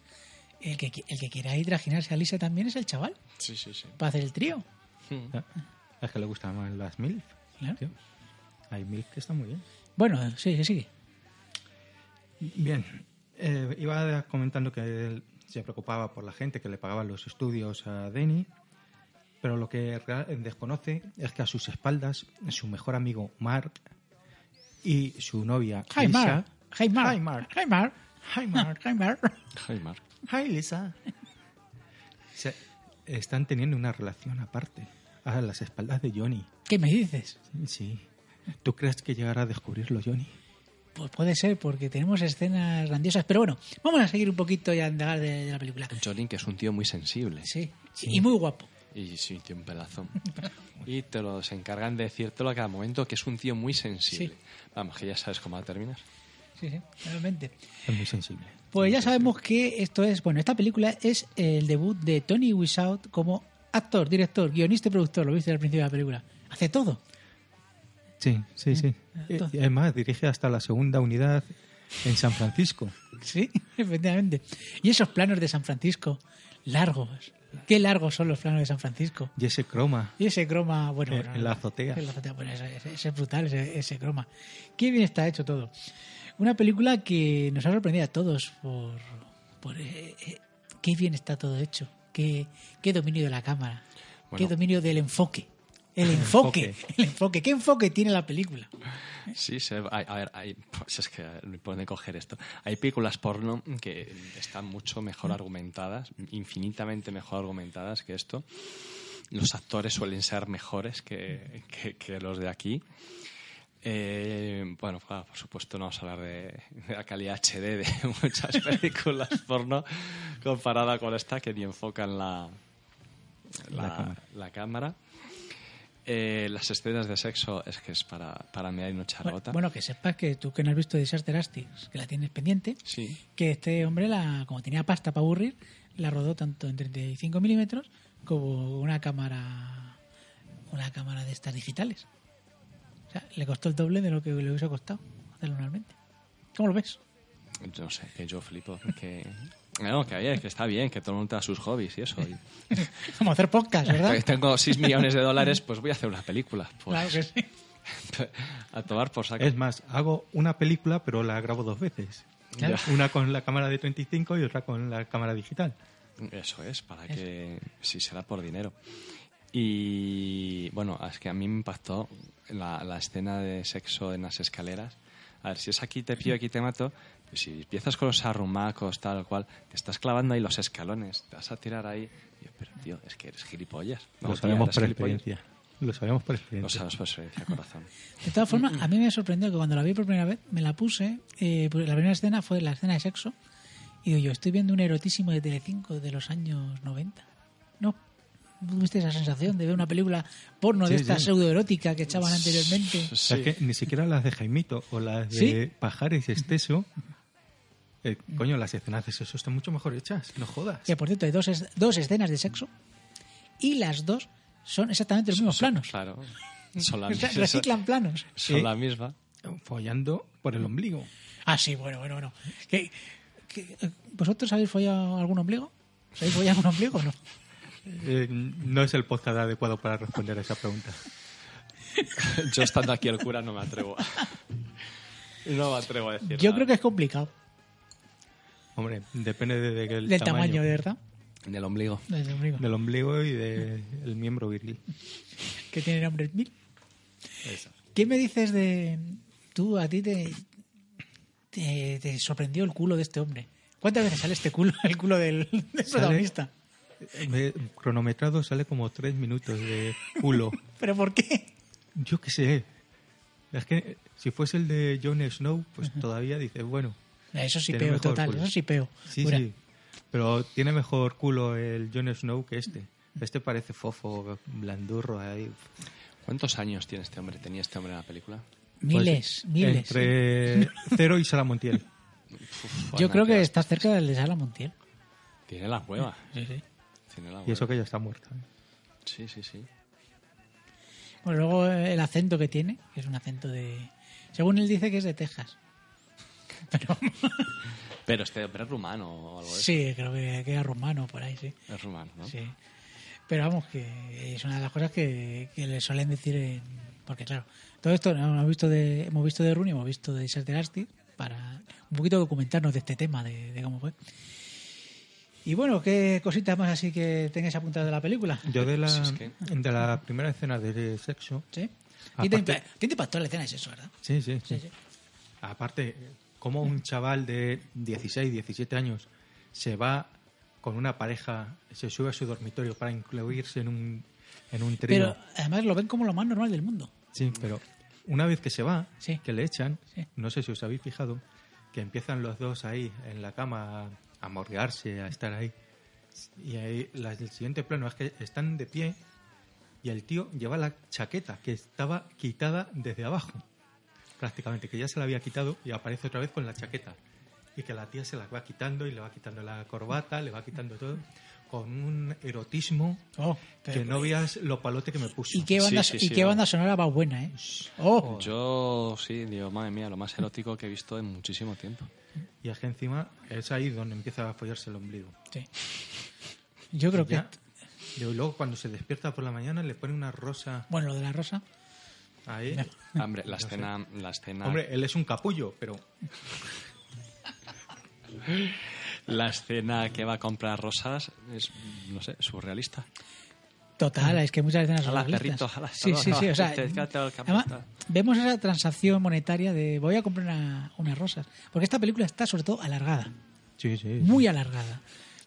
S7: El que, qui- el que quiera ir trajinarse a Lisa también es el chaval,
S9: Sí, sí, sí.
S7: para hacer el trío.
S11: Es que le gustan más las MILF.
S7: Claro.
S11: tío. Hay MILF que está muy bien.
S7: Bueno, sí, sí, sí.
S11: Bien, eh, iba comentando que él se preocupaba por la gente que le pagaban los estudios a Denny, pero lo que rea- desconoce es que a sus espaldas su mejor amigo Mark y su novia
S7: Hi,
S11: Lisa,
S7: Mark. Hi, Mark. Hi, Mark. Hi, Mark.
S11: Hi, Mark.
S7: Hi, Mark.
S9: Jaimar.
S11: Hi, Lisa. se- están teniendo una relación aparte a las espaldas de Johnny.
S7: ¿Qué me dices?
S11: Sí. ¿Tú crees que llegará a descubrirlo Johnny?
S7: Pues puede ser, porque tenemos escenas grandiosas. Pero bueno, vamos a seguir un poquito y a andar de, de la película.
S9: Jolín, que es un tío muy sensible.
S7: Sí. Y muy guapo.
S9: Y sí, tiene un pelazo. y te los encargan de decírtelo a cada momento, que es un tío muy sensible. Vamos, que ya sabes cómo va a terminar.
S7: Sí, sí, realmente.
S11: Es muy sensible.
S7: Pues ya sabemos que esto es, bueno, esta película es el debut de Tony Wiseau como actor, director, guionista y productor, lo viste al principio de la película. Hace todo.
S11: Sí, sí, sí. Eh,
S7: Ah, Entonces-
S11: Además, dirige hasta la segunda unidad en San Francisco.
S7: Sí, (laughs) efectivamente. Y esos planos de San Francisco, largos. Qué largos son los planos de San Francisco.
S11: Y ese croma.
S7: Y ese croma, bueno,
S11: Eh,
S7: bueno,
S11: en la azotea.
S7: en la azotea, bueno, ese, ese- ese es brutal, ese, ese croma. Qué bien está hecho todo. Una película que nos ha sorprendido a todos por, por, eh, eh, qué bien está todo hecho, qué, qué dominio de la cámara,
S9: Bueno.
S7: qué dominio del
S11: (laughs)
S7: enfoque. El enfoque,
S9: enfoque.
S7: el enfoque. ¿Qué enfoque tiene la película?
S9: Sí, se, hay- a ver, hay, pues es que me pone coger esto. Hay películas porno que están mucho mejor argumentadas, infinitamente mejor argumentadas que esto. Los actores suelen ser mejores que, que- que los de aquí. Eh, bueno, claro, por supuesto no vamos a hablar de, de la calidad HD de (laughs) muchas películas porno comparada con esta que ni enfocan la, la,
S11: La cámara.
S9: la cámara. Eh, las escenas de sexo es que es para, para mear y no echar
S7: Bueno,
S9: gota.
S7: bueno, que sepas que tú que no has visto Disaster Astics, que la tienes pendiente,
S9: Sí.
S7: que este hombre, la, como tenía pasta para aburrir, la rodó tanto en 35 milímetros como una cámara una cámara de estas digitales. O sea, le costó el doble de lo que le hubiese costado hacerlo normalmente. ¿Cómo lo ves?
S9: Yo no sé, que yo flipo. Que... No, que, oye, que está bien, que todo el mundo tenga sus hobbies y eso. y-
S7: Vamos a hacer podcast, ¿verdad?
S9: que (laughs) tengo 6 millones de dólares, pues voy a hacer una película. pues,
S7: Claro que sí.
S9: A tomar por saco.
S11: Es más, hago una película, pero la grabo dos veces.
S9: Claro.
S11: Una con la cámara de 35 y otra con la cámara digital.
S9: Eso es, para que si será por dinero. Y bueno, es que a mí me impactó la, la escena de sexo en las escaleras. A ver, si es aquí te pillo, aquí te mato, pues si empiezas con los arrumacos, tal cual, te estás clavando ahí los escalones, te vas a tirar ahí. Y yo, pero tío, es que eres gilipollas. No,
S11: Lo
S9: tía,
S11: sabemos
S9: eres
S11: por
S9: gilipollas.
S11: experiencia. Lo sabemos por
S9: Lo
S11: experiencia.
S9: sabemos por experiencia, corazón.
S7: De todas formas, a mí me sorprendió que cuando la vi por primera vez, me la puse, eh, pues la primera escena fue la escena de sexo, y digo yo, estoy viendo un erotísimo de Telecinco de los años 90. ¿No? ¿Tuviste esa sensación de ver una película porno de
S11: Sí,
S7: esta
S11: sí.
S7: pseudoerótica que echaban anteriormente?
S11: O sea, es que ni siquiera las de Jaimito o las de
S7: ¿Sí? (laughs)
S11: Pajares Esteso. eh, coño, las escenas de sexo están mucho mejor hechas. No jodas.
S7: Que por cierto, hay dos, es- dos escenas de sexo, y las dos son exactamente los mismos planos. (laughs)
S9: Claro. Son la,
S7: O sea,
S9: misma-
S7: reciclan planos.
S9: son la misma.
S11: Follando por el ombligo.
S7: Ah, sí, bueno, bueno, bueno. ¿Qué- qué- eh, ¿Vosotros habéis follado algún ombligo? ¿Soy polla en un ombligo o no?
S11: Eh, no es el podcast adecuado para responder a esa pregunta.
S9: (laughs) Yo estando aquí el cura no me atrevo. (laughs) No me atrevo a decir.
S7: Yo
S9: nada.
S7: creo que es complicado.
S11: Hombre, depende de, de que el
S7: Del tamaño, de verdad.
S9: Del ombligo.
S7: Del ombligo.
S11: pues. Del ombligo y del miembro viril.
S7: Que tiene nombre mil. ¿Qué me dices de. Tú, a ti te, te. te sorprendió el culo de este hombre. ¿Cuántas veces sale este culo, (laughs) el culo del, del
S11: Sale-
S7: protagonista?
S11: Me- Eh, cronometrado sale como tres minutos de culo.
S7: ¿Pero por qué?
S11: Yo qué sé. Es que eh, si fuese el de Jon Snow, pues todavía dices, bueno.
S7: Eso sí
S11: tiene
S7: peo,
S11: mejor
S7: total,
S11: culo.
S7: eso sí peo.
S11: Sí,
S7: Pura.
S11: sí. Pero tiene mejor culo el Jon Snow que este. Este parece fofo, blandurro ahí.
S9: ¿Cuántos años tiene este hombre? ¿Tenía este hombre en la película?
S11: Pues
S7: Miles, miles. ¿eh?
S11: Entre
S7: (laughs)
S11: Cero y Salamontiel.
S7: Yo creo que estás cerca del de Sala Montiel.
S9: Tiene la cueva.
S7: Sí, sí.
S9: Tiene la
S11: Y
S9: cueva.
S11: eso que ya está muerta.
S9: Sí, sí, sí.
S7: Bueno, luego eh, el acento que tiene, que es un acento de. Según él dice que es de Texas.
S9: Pero este hombre es rumano o algo de eso.
S7: Sí, creo que, que era rumano por ahí, sí.
S9: Es rumano, ¿no?
S7: Sí. Pero vamos, que es una de las cosas que, que le suelen decir. en- porque, claro, todo esto no, hemos visto de, hemos visto de Rooney, hemos visto de Isaac Asti para un poquito documentarnos de este tema, de, de cómo fue. Y bueno, ¿qué cositas más así que tengáis apuntadas de la película?
S11: Yo de la, de la primera escena de sexo.
S7: Sí. Y te,
S11: Aparte,
S7: te impactó la escena de eso, ¿verdad?
S11: sí, sí, sí.
S7: sí.
S11: Aparte, como un chaval de 16, 17 años se va con una pareja, se sube a su dormitorio para incluirse en un, en un trío.
S7: Pero además lo ven como lo más normal del mundo.
S11: Sí, pero una vez que se va, que le echan, no sé si os habéis fijado, que empiezan los dos ahí en la cama a, a morrearse, a estar ahí. Y ahí la- el siguiente plano es que están de pie y el tío lleva la chaqueta que estaba quitada desde abajo, prácticamente, que ya se la había quitado y aparece otra vez con la chaqueta. Y que la tía se la va quitando y le va quitando la corbata, le va quitando todo, con un erotismo
S7: Oh, pero- pues
S11: que no veas lo palote que me puso.
S7: ¿Y qué banda, y qué banda sonora va buena, eh? ¡Oh!
S9: Yo sí, digo, madre mía, lo más erótico que he visto en muchísimo tiempo.
S11: Y es que encima es ahí donde empieza a follarse el ombligo.
S7: Sí. Yo creo que.
S11: Y luego cuando se despierta por la mañana le pone una rosa
S7: Bueno, lo de la rosa.
S11: ahí.
S9: Hombre,
S11: (laughs)
S9: la
S11: No sé.
S9: escena, la escena,
S11: Hombre, él es un capullo, pero eh,
S9: la escena que va a comprar rosas es, no sé, surrealista.
S7: Total, es que muchas veces son
S9: Jala,
S7: realistas.
S9: perrito, jala,
S7: Sí, sí, sí. O sea,
S9: (laughs) te- te- te- te-
S7: además, vemos esa transacción monetaria de voy a comprar una- unas rosas. Porque esta película está sobre todo alargada,
S11: sí, sí.
S7: muy alargada.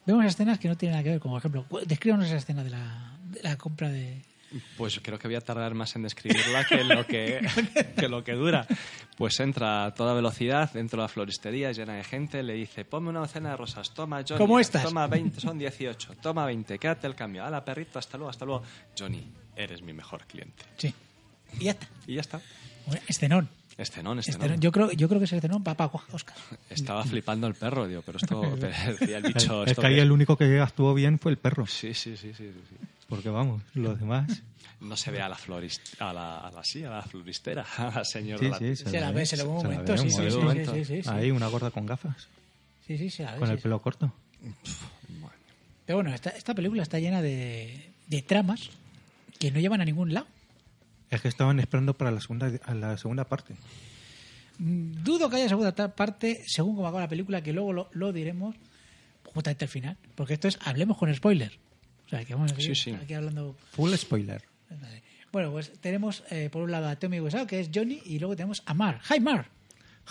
S7: Vemos escenas que no tienen nada que ver, como por ejemplo, cu- descríbanos esa escena de la, de la compra de...
S9: Pues creo que voy a tardar más en describirla que
S11: (laughs)
S9: lo que, que lo que dura. Pues entra a toda velocidad dentro de la floristería llena de gente, le dice, ponme una docena de rosas, toma Johnny,
S7: ¿Cómo estás?
S9: toma 20, son 18, toma 20, quédate el cambio, la perrito, hasta luego, hasta luego. Johnny, eres mi mejor cliente.
S7: Sí. Y ya está.
S9: Y ya está. Este
S7: Bueno, Escenón.
S9: Escenón,
S11: Este
S9: escenón.
S7: Escenón. Yo, creo, yo creo que es escenón para Paco Oscar.
S9: Estaba flipando el perro, digo, pero esto,
S11: (laughs)
S9: pero decía el bicho...
S11: es
S9: esto
S11: que ahí
S9: qué
S11: el único que actuó bien fue el perro.
S9: Sí, sí, sí, sí, sí, sí.
S11: Porque vamos, los demás.
S9: No se ve a la florist, a la, a la, sí, a la floristera, (laughs) a la señora.
S11: Sí,
S9: la-
S11: sí,
S7: Se la ve, se la ve un
S11: la
S7: momento,
S11: ve
S7: sí,
S11: un
S7: sí,
S11: momento.
S7: sí, sí, sí, sí, sí.
S11: Ahí una gorda con gafas,
S7: Sí, sí, sí. la ves,
S11: con el
S7: sí.
S11: pelo corto.
S7: Pero bueno, esta, esta película está llena de, de tramas que no llevan a ningún lado.
S11: Es que estaban esperando para la segunda a la segunda parte.
S7: Mm, Dudo que haya segunda ta- parte, según como acaba la película, que luego lo, lo diremos justamente al final. Porque esto es hablemos con spoiler. O sea, que vamos a seguir
S11: Sí, sí.
S7: aquí hablando.
S11: Full spoiler.
S7: Bueno, pues tenemos eh, por un lado a Tommy Wiseau, que es Johnny, y luego tenemos a Mar. ¡Hi, Mar!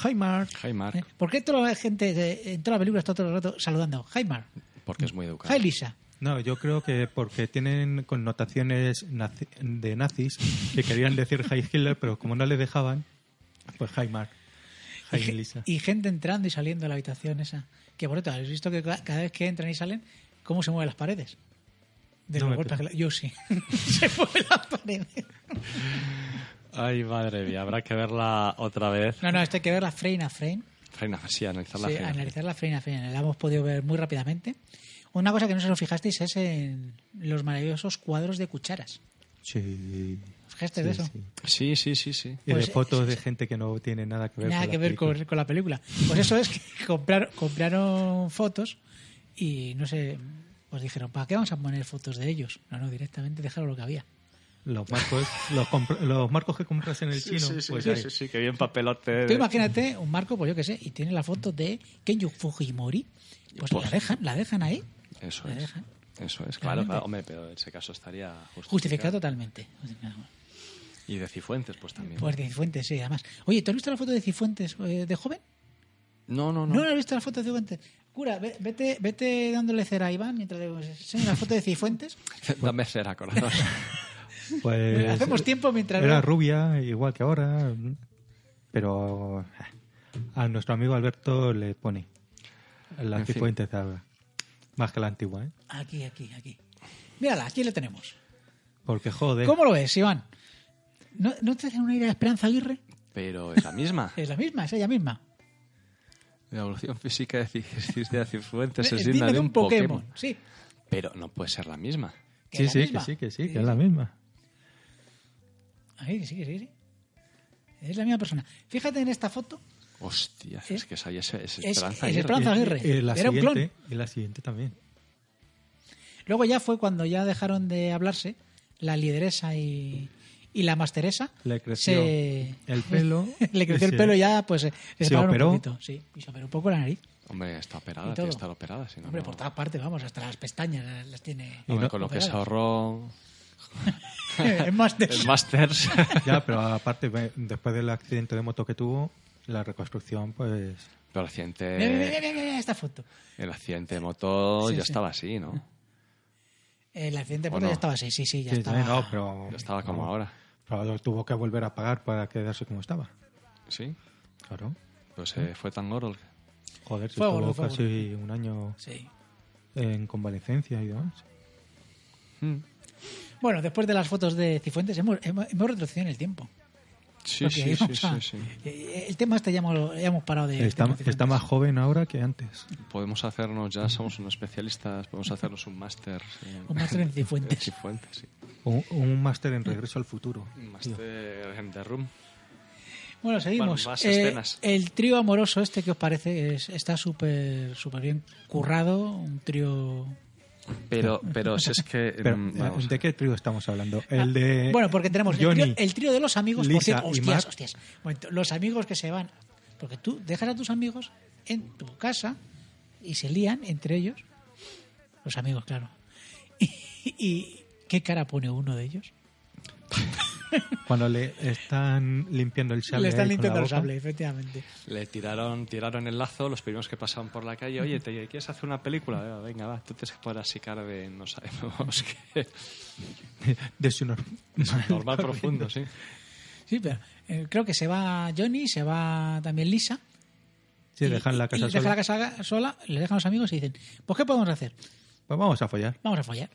S11: ¡Hi, Mar!
S9: ¡Hi, Mark!
S7: ¿Eh? ¿Por qué toda la gente de- en toda la película está todo el rato saludando? ¡Hi, Mar!
S9: Porque es muy educado.
S7: ¡Hi, Lisa!
S11: No, yo creo que porque tienen connotaciones nazi- de nazis que querían decir High Hitler, pero como no les dejaban, pues High Mark, High
S7: ge-
S11: Lisa.
S7: y gente entrando y saliendo de la habitación esa. Que por cierto, ¿habéis visto que ca- cada vez que entran y salen, cómo se mueven las paredes? De
S9: No
S7: los
S9: me
S7: golpes que
S9: creo.
S7: le- Yo sí. (laughs) se mueven las paredes.
S9: Ay, madre mía, habrá que verla otra vez.
S7: No, no, esto hay que verla frame a frame.
S9: Reina, sí, analizarla.
S7: Sí,
S9: Reina.
S7: analizarla frame a frame. La hemos podido ver muy rápidamente. Una cosa que no se os fijasteis es en los maravillosos cuadros de cucharas.
S11: Sí.
S7: ¿Os fijasteis de
S11: Sí,
S7: eso?
S9: Sí, sí, sí, sí.
S11: Y
S7: Pues,
S11: de fotos de gente que no tiene nada que ver
S7: Nada
S11: con
S7: que
S11: la
S7: ver
S11: película.
S7: con, con la (laughs) película. Pues eso es que comprar- compraron fotos y no sé, pues dijeron, ¿para qué vamos a poner fotos de ellos? No, no, directamente dejaron lo que había.
S11: Los marcos, los, compr- los marcos que compras en el chino. pues ahí.
S9: que bien papelote.
S11: Eh.
S7: Tú imagínate un marco, pues yo qué sé, y tiene la foto de Kenji Fujimori, pues, la dejan, la dejan ahí.
S11: pues
S9: Eso
S7: La
S9: es.
S7: dejan.
S9: Eso es, Eh, claro,
S7: Claramente.
S9: claro, hombre, pero en ese caso estaría justificado.
S7: Justificado totalmente.
S9: Y de Cifuentes, pues también.
S7: Pues de Cifuentes, sí, además. Oye, ¿tú has visto la foto de Cifuentes eh, de joven?
S9: No, no,
S7: No,
S9: (laughs)
S7: has visto la foto de Cifuentes. Cura, ve- vete, vete dándole cera a Iván mientras le enseño la foto de Cifuentes.
S9: Dame cera, corazón.
S7: (laughs)
S11: Pues,
S7: Hacemos tiempo mientras.
S11: Era rubia, igual que ahora. Pero a nuestro amigo Alberto le pone la
S7: En fin.
S11: cifuentes de ahora. Más que la antigua, ¿eh?
S7: Aquí, aquí, aquí. Mírala, aquí le tenemos.
S11: Porque joder.
S7: ¿Cómo lo ves, Iván? ¿No, no te hacen una idea de Esperanza Aguirre?
S9: Pero es la misma.
S7: (laughs) Es la misma, es ella misma.
S9: La evolución física de Cis- de Cifuentes es
S7: Eh,
S9: digna
S7: dime
S9: de un Pokémon.
S7: Sí.
S9: Pero no puede ser la misma.
S7: ¿Que Sí, es la sí, misma? que sí,
S11: que sí, que es la misma.
S7: Ahí, que sí, que sí, sí. Es la misma persona. Fíjate en esta foto.
S9: Hostia, es que esa es, es
S7: Eh, Es-
S9: Esperanza
S7: es
S9: Aguirre.
S7: Esperanza Aguirre.
S11: Eh, la
S7: Era un
S11: siguiente,
S7: clon.
S11: Y la siguiente también.
S7: Luego ya fue cuando ya dejaron de hablarse la lideresa y, y la masteresa.
S11: Le creció el pelo.
S7: (laughs) le creció
S11: Sí.
S7: el pelo ya, pues eh, se,
S11: Se
S7: separaron
S11: operó.
S7: un poquito. Sí, y se operó un poco la nariz.
S9: Hombre, está operada,
S7: Y
S9: tiene
S7: todo.
S9: que estar operada. Si no,
S7: Hombre,
S9: no-
S7: por todas partes, vamos, hasta las pestañas las, las tiene.
S9: Hombre, con lo que se
S7: operadas.
S9: ahorró.
S7: (laughs) En
S9: (laughs)
S7: Masters.
S9: En Masters.
S11: ya, pero aparte, ve- después del accidente de moto que tuvo, la reconstrucción, pues.
S9: (laughs) Pero el
S7: Mira, mira, mira,
S9: accidente,
S7: mira, mira esta foto.
S9: el accidente de moto
S7: Sí,
S9: ya
S7: sí.
S9: estaba así, ¿no?
S7: El accidente de
S9: ¿O
S7: puerta
S9: no?
S7: ya estaba así, sí, sí, ya
S11: Sí, sí,
S7: estaba.
S11: no, pero.
S9: Ya estaba como ahora.
S11: Pero tuvo que volver a pagar para quedarse como estaba.
S9: ¿Sí?
S11: Claro.
S9: Pues eh, fue tan gordo.
S11: Joder, si
S9: Fue
S11: estuvo
S9: gordo, fue
S11: casi un año en convalecencia y demás.
S9: Mm.
S7: Bueno, después de las fotos de Cifuentes, hemos, hemos, hemos retrocedido en el tiempo.
S9: Sí,
S7: Porque
S9: sí, sí,
S7: íbamos a-
S9: sí, sí.
S7: Eh, El tema este ya hemos, ya hemos parado de.
S11: Está,
S7: de Cifuentes.
S11: está más joven ahora que antes.
S9: Podemos hacernos, ya somos unos especialistas, podemos hacernos un máster. en- (laughs)
S7: Un máster en Cifuentes.
S9: en Cifuentes, sí.
S11: Un, un máster en regreso al futuro.
S9: Un máster en The Room.
S7: Bueno, seguimos.
S9: Bueno, más
S7: Eh,
S9: escenas.
S7: el trío amoroso este que os parece es- está súper súper bien currado, un trío
S9: (laughs) Pero, pero si es que.
S11: Pero,
S9: mm, vamos.
S11: eh, ¿De qué trío estamos hablando? El de.
S7: Ah, Bueno, porque tenemos el
S11: Eh, Johnny.
S7: trío, el trío de los amigos, por
S11: Lisa
S7: cierto,
S11: y
S7: hostias,
S11: Mark.
S7: hostias. Un momento, los amigos que se van, porque tú dejas a tus amigos en tu casa y se lían entre ellos. Los amigos, claro. (laughs) Y, y- qué cara pone uno de ellos?
S11: Cuando le están limpiando el
S7: pues-
S11: sable.
S7: Le
S11: ahí
S7: están
S11: con
S7: limpiando
S11: la
S7: el
S11: boca.
S7: sable, efectivamente.
S9: Le tiraron, tiraron el lazo los primeros que pasaban por la calle. Oye, ¿te quieres hacer una película? Eh, Venga, va, tú te podrás sicar de no sabemos (laughs) qué.
S11: De su normal.
S9: Normal profundo, sí.
S7: Sí, pero eh, creo que se va Johnny, se va también Lisa.
S11: Sí,
S7: y-
S11: dejan la
S7: y
S11: casa
S7: deja
S11: sola.
S7: la casa sola, le dejan a los amigos y dicen, pues ¿qué podemos hacer?
S11: Pues vamos a follar.
S7: Vamos a follar.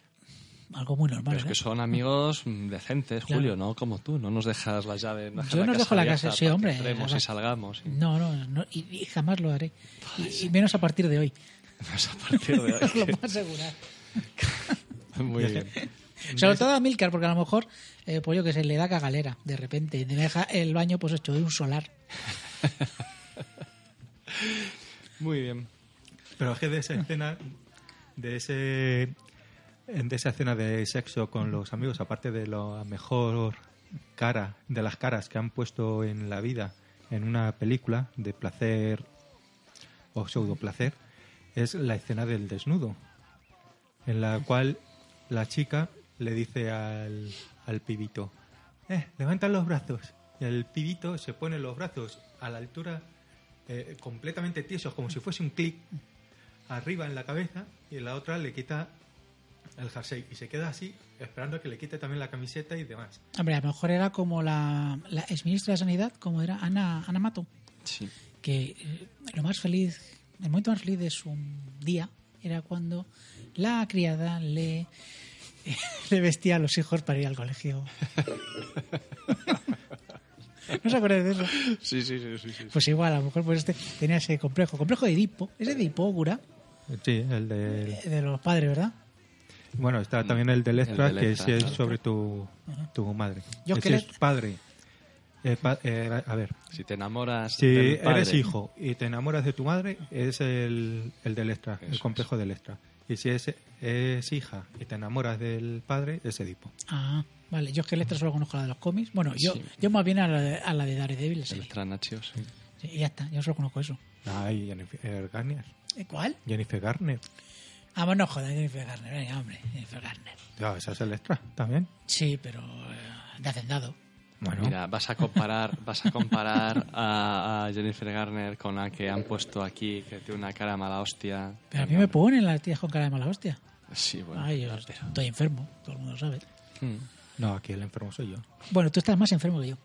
S7: Algo muy normal. ¿eh?
S9: Pero es
S7: ¿verdad?
S9: que son amigos mm, decentes,
S7: Claro.
S9: Julio, no como tú. No nos dejas las llaves. no dejas
S7: Yo no os
S9: casa
S7: dejo la
S9: abierta
S7: casa, sí,
S9: para que
S7: hombre,
S9: Entremos
S7: la-
S9: y salgamos.
S7: (laughs)
S9: y-
S7: No, no, no, y, y jamás lo haré. Y, y menos a partir de hoy.
S9: Pues a partir
S7: (laughs)
S9: de
S7: Os lo
S9: ahí.
S7: puedo asegurar.
S9: (laughs) Muy
S7: (laughs)
S9: bien.
S7: Sobre todo a Milcar, porque a lo mejor, eh, pues yo que sé, le da cagalera de repente. Y me deja el baño pues hecho de un solar.
S9: Muy bien.
S11: Pero es que de esa escena, de ese de esa escena de sexo con los amigos, aparte de la mejor cara, de las caras que han puesto en la vida en una película de placer o pseudo placer, es la escena del desnudo, en la cual la chica le dice al, al pibito, eh, levanta los brazos. Y el pibito se pone los brazos a la altura, eh, completamente tiesos, como si fuese un clic, arriba en la cabeza, y la otra le quita el jersey. Y se queda así, esperando a que le quite también la camiseta y demás.
S7: Hombre, a lo mejor era como la, la exministra de Sanidad, como era Ana, Ana Mato,
S9: Sí.
S7: que eh, lo más feliz, el momento más feliz de su día era cuando la criada le, (laughs) le vestía a los hijos para ir al colegio. (laughs) ¿No os acordáis de eso?
S9: Sí, sí, sí, sí, sí.
S7: Pues igual, a lo mejor pues este tenía ese complejo, complejo de Edipo, es de Edipo, cura,
S11: Sí, el de...
S7: de los padres, ¿verdad?
S11: Bueno, está también el del
S9: El
S11: extra,
S9: del
S11: que
S9: extra,
S11: sí es
S9: claro.
S11: sobre tu, tu madre.
S7: Yo
S11: Ese
S7: creo-
S11: es padre. Eh, pa- eh, a ver,
S9: Si te enamoras.
S11: Si
S9: del padre-
S11: eres hijo y te enamoras de tu madre, es el, el del extra, el complejo del extra. Y si es, es hija y te enamoras del padre, es Edipo.
S7: Ah, vale. Yo es que Electra solo conozco la de los cómics. Bueno, yo,
S11: Sí.
S7: yo más bien a la de, a la de Daredevil. sí.
S9: Electra Nacho, sí.
S7: Sí, y ya está, yo solo conozco eso.
S11: Ay, Ah, Jennifer Garner.
S7: ¿Eh, ¿Cuál?
S11: Jennifer Garner.
S7: Ah, bueno, no, joder, Jennifer Garner. Venga, hombre, Jennifer Garner.
S11: Ya, Ah, esa es Electra también.
S7: Sí, pero eh, de hacendado.
S9: Mira, vas a comparar, vas a, comparar a, a Jennifer Garner con la que han puesto aquí, que tiene una cara mala hostia.
S7: Pero a mí me ponen las tías con cara de mala hostia.
S9: Sí, bueno. Hmm.
S7: Ay, yo estoy enfermo, todo el mundo lo sabe.
S11: No, aquí el enfermo soy yo.
S7: Bueno, tú estás más enfermo que yo.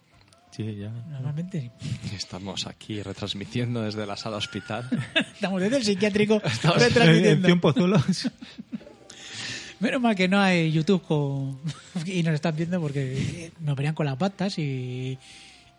S11: Sí, ya.
S7: Normalmente sí. (laughs)
S9: Estamos aquí retransmitiendo desde la sala hospital.
S7: Estamos desde el psiquiátrico
S9: (laughs) Estamos
S11: (laughs)
S7: retransmitiendo.
S9: en tiempos
S11: solos.
S7: Menos mal que no hay YouTube con- (laughs) y nos están viendo porque eh, nos verían con las batas y,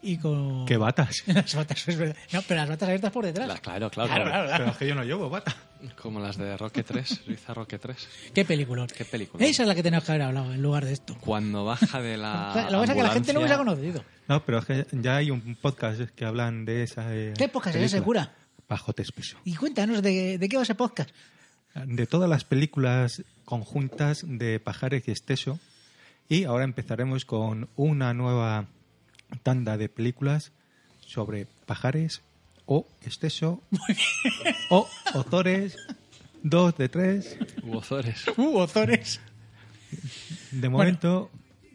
S7: y con...
S11: ¿Qué batas?
S7: (laughs) Las batas, es verdad. No, pero las batas abiertas por detrás.
S9: La- claro, claro,
S7: Claro, claro, claro.
S11: Pero es que yo no llevo bata.
S9: Como las de Roque (laughs) 3, Luisa Roque 3.
S7: ¿Qué película?
S9: ¿Qué película?
S7: Esa es la que tenemos que haber hablado en lugar de esto.
S9: Cuando baja de la.
S7: (laughs) Lo que pasa es que la gente no
S9: ambulancia-
S7: hubiera conocido.
S11: No, pero es que ya hay un podcast que hablan de esa. eh,
S7: ¿Qué podcast es ese,
S11: película.
S7: cura?
S11: Bajo te expreso.
S7: Y cuéntanos de, de qué va ese podcast.
S11: de todas las películas conjuntas de Pajares y Esteso. Y ahora empezaremos con una nueva tanda de películas sobre pajares o Esteso o Ozores, dos de tres.
S9: U Ozores.
S7: Uh, Ozores.
S11: De momento,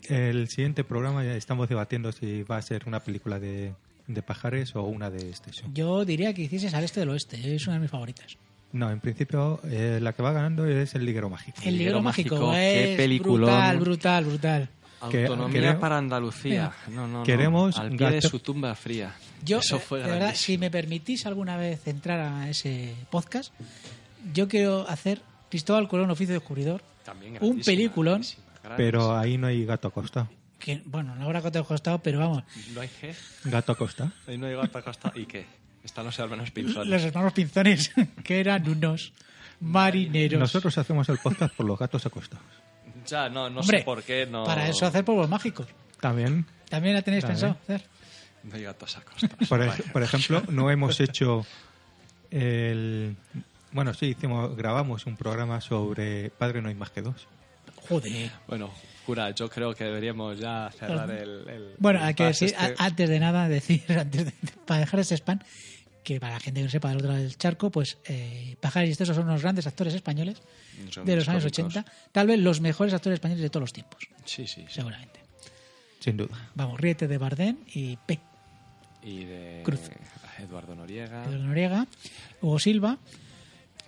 S11: el siguiente programa ya estamos debatiendo si va a ser una película de, de pajares o una de este Esteso.
S7: Yo diría que hicieses al este del oeste. Es una de mis favoritas.
S11: No, en principio eh, la que va ganando es el liguero mágico.
S7: El libro mágico.
S9: qué
S7: es
S9: peliculón.
S7: Brutal, brutal, brutal.
S11: Que-
S9: Autonomía
S11: creo-
S9: para Andalucía. No, no, no.
S11: Queremos
S9: Al pie de
S11: gato-
S9: su tumba fría.
S7: Yo,
S9: Eso
S7: eh,
S9: fue
S7: de verdad,
S9: grandísimo.
S7: si me permitís alguna vez entrar a ese podcast, yo quiero hacer Cristóbal Colón, oficio descubridor.
S9: También
S7: Un
S9: grandísima,
S7: peliculón
S11: Pero
S9: Ah,
S11: ah, ahí no hay gato acosta.
S7: que, bueno, no habrá que te ha costado, pero vamos,
S9: No hay qué.
S11: Gato acosta.
S9: Ahí no hay gato acostado. ¿Y qué? Están los hermanos Pinzón.
S7: los hermanos pinzones, (laughs) que eran unos marineros.
S11: Nosotros hacemos el podcast por los gatos acostados.
S9: Ya, no, no
S7: Hombre,
S9: sé por qué. No...
S7: Para eso hacer polvos mágicos.
S11: También,
S7: También la tenéis
S11: Vale.
S7: pensado hacer.
S9: No hay gatos
S11: (laughs)
S9: acostados.
S11: por, ej- por ejemplo, no hemos hecho el... Bueno, sí, hicimos, grabamos un programa sobre Padre No hay más que dos.
S7: Joder.
S9: Bueno, cura, yo creo que deberíamos ya cerrar el. el-
S7: Bueno,
S9: el
S7: hay que
S9: pas
S7: decir,
S9: este.
S7: a- antes de nada, (laughs) decir, antes de- para dejar ese spam, que para la gente que no sepa del otro lado del charco, pues eh, Pajares y Esteso son unos grandes actores españoles
S9: Son
S7: de los
S9: unos
S7: años
S9: cómicos.
S7: 80, tal vez los mejores actores españoles de todos los tiempos,
S9: Sí, sí, sí.
S7: seguramente.
S11: Sin duda.
S7: Vamos, ríete de Bardem y Peck
S9: Y de.
S7: Cruz.
S9: Eduardo Noriega.
S7: de Noriega, Hugo Silva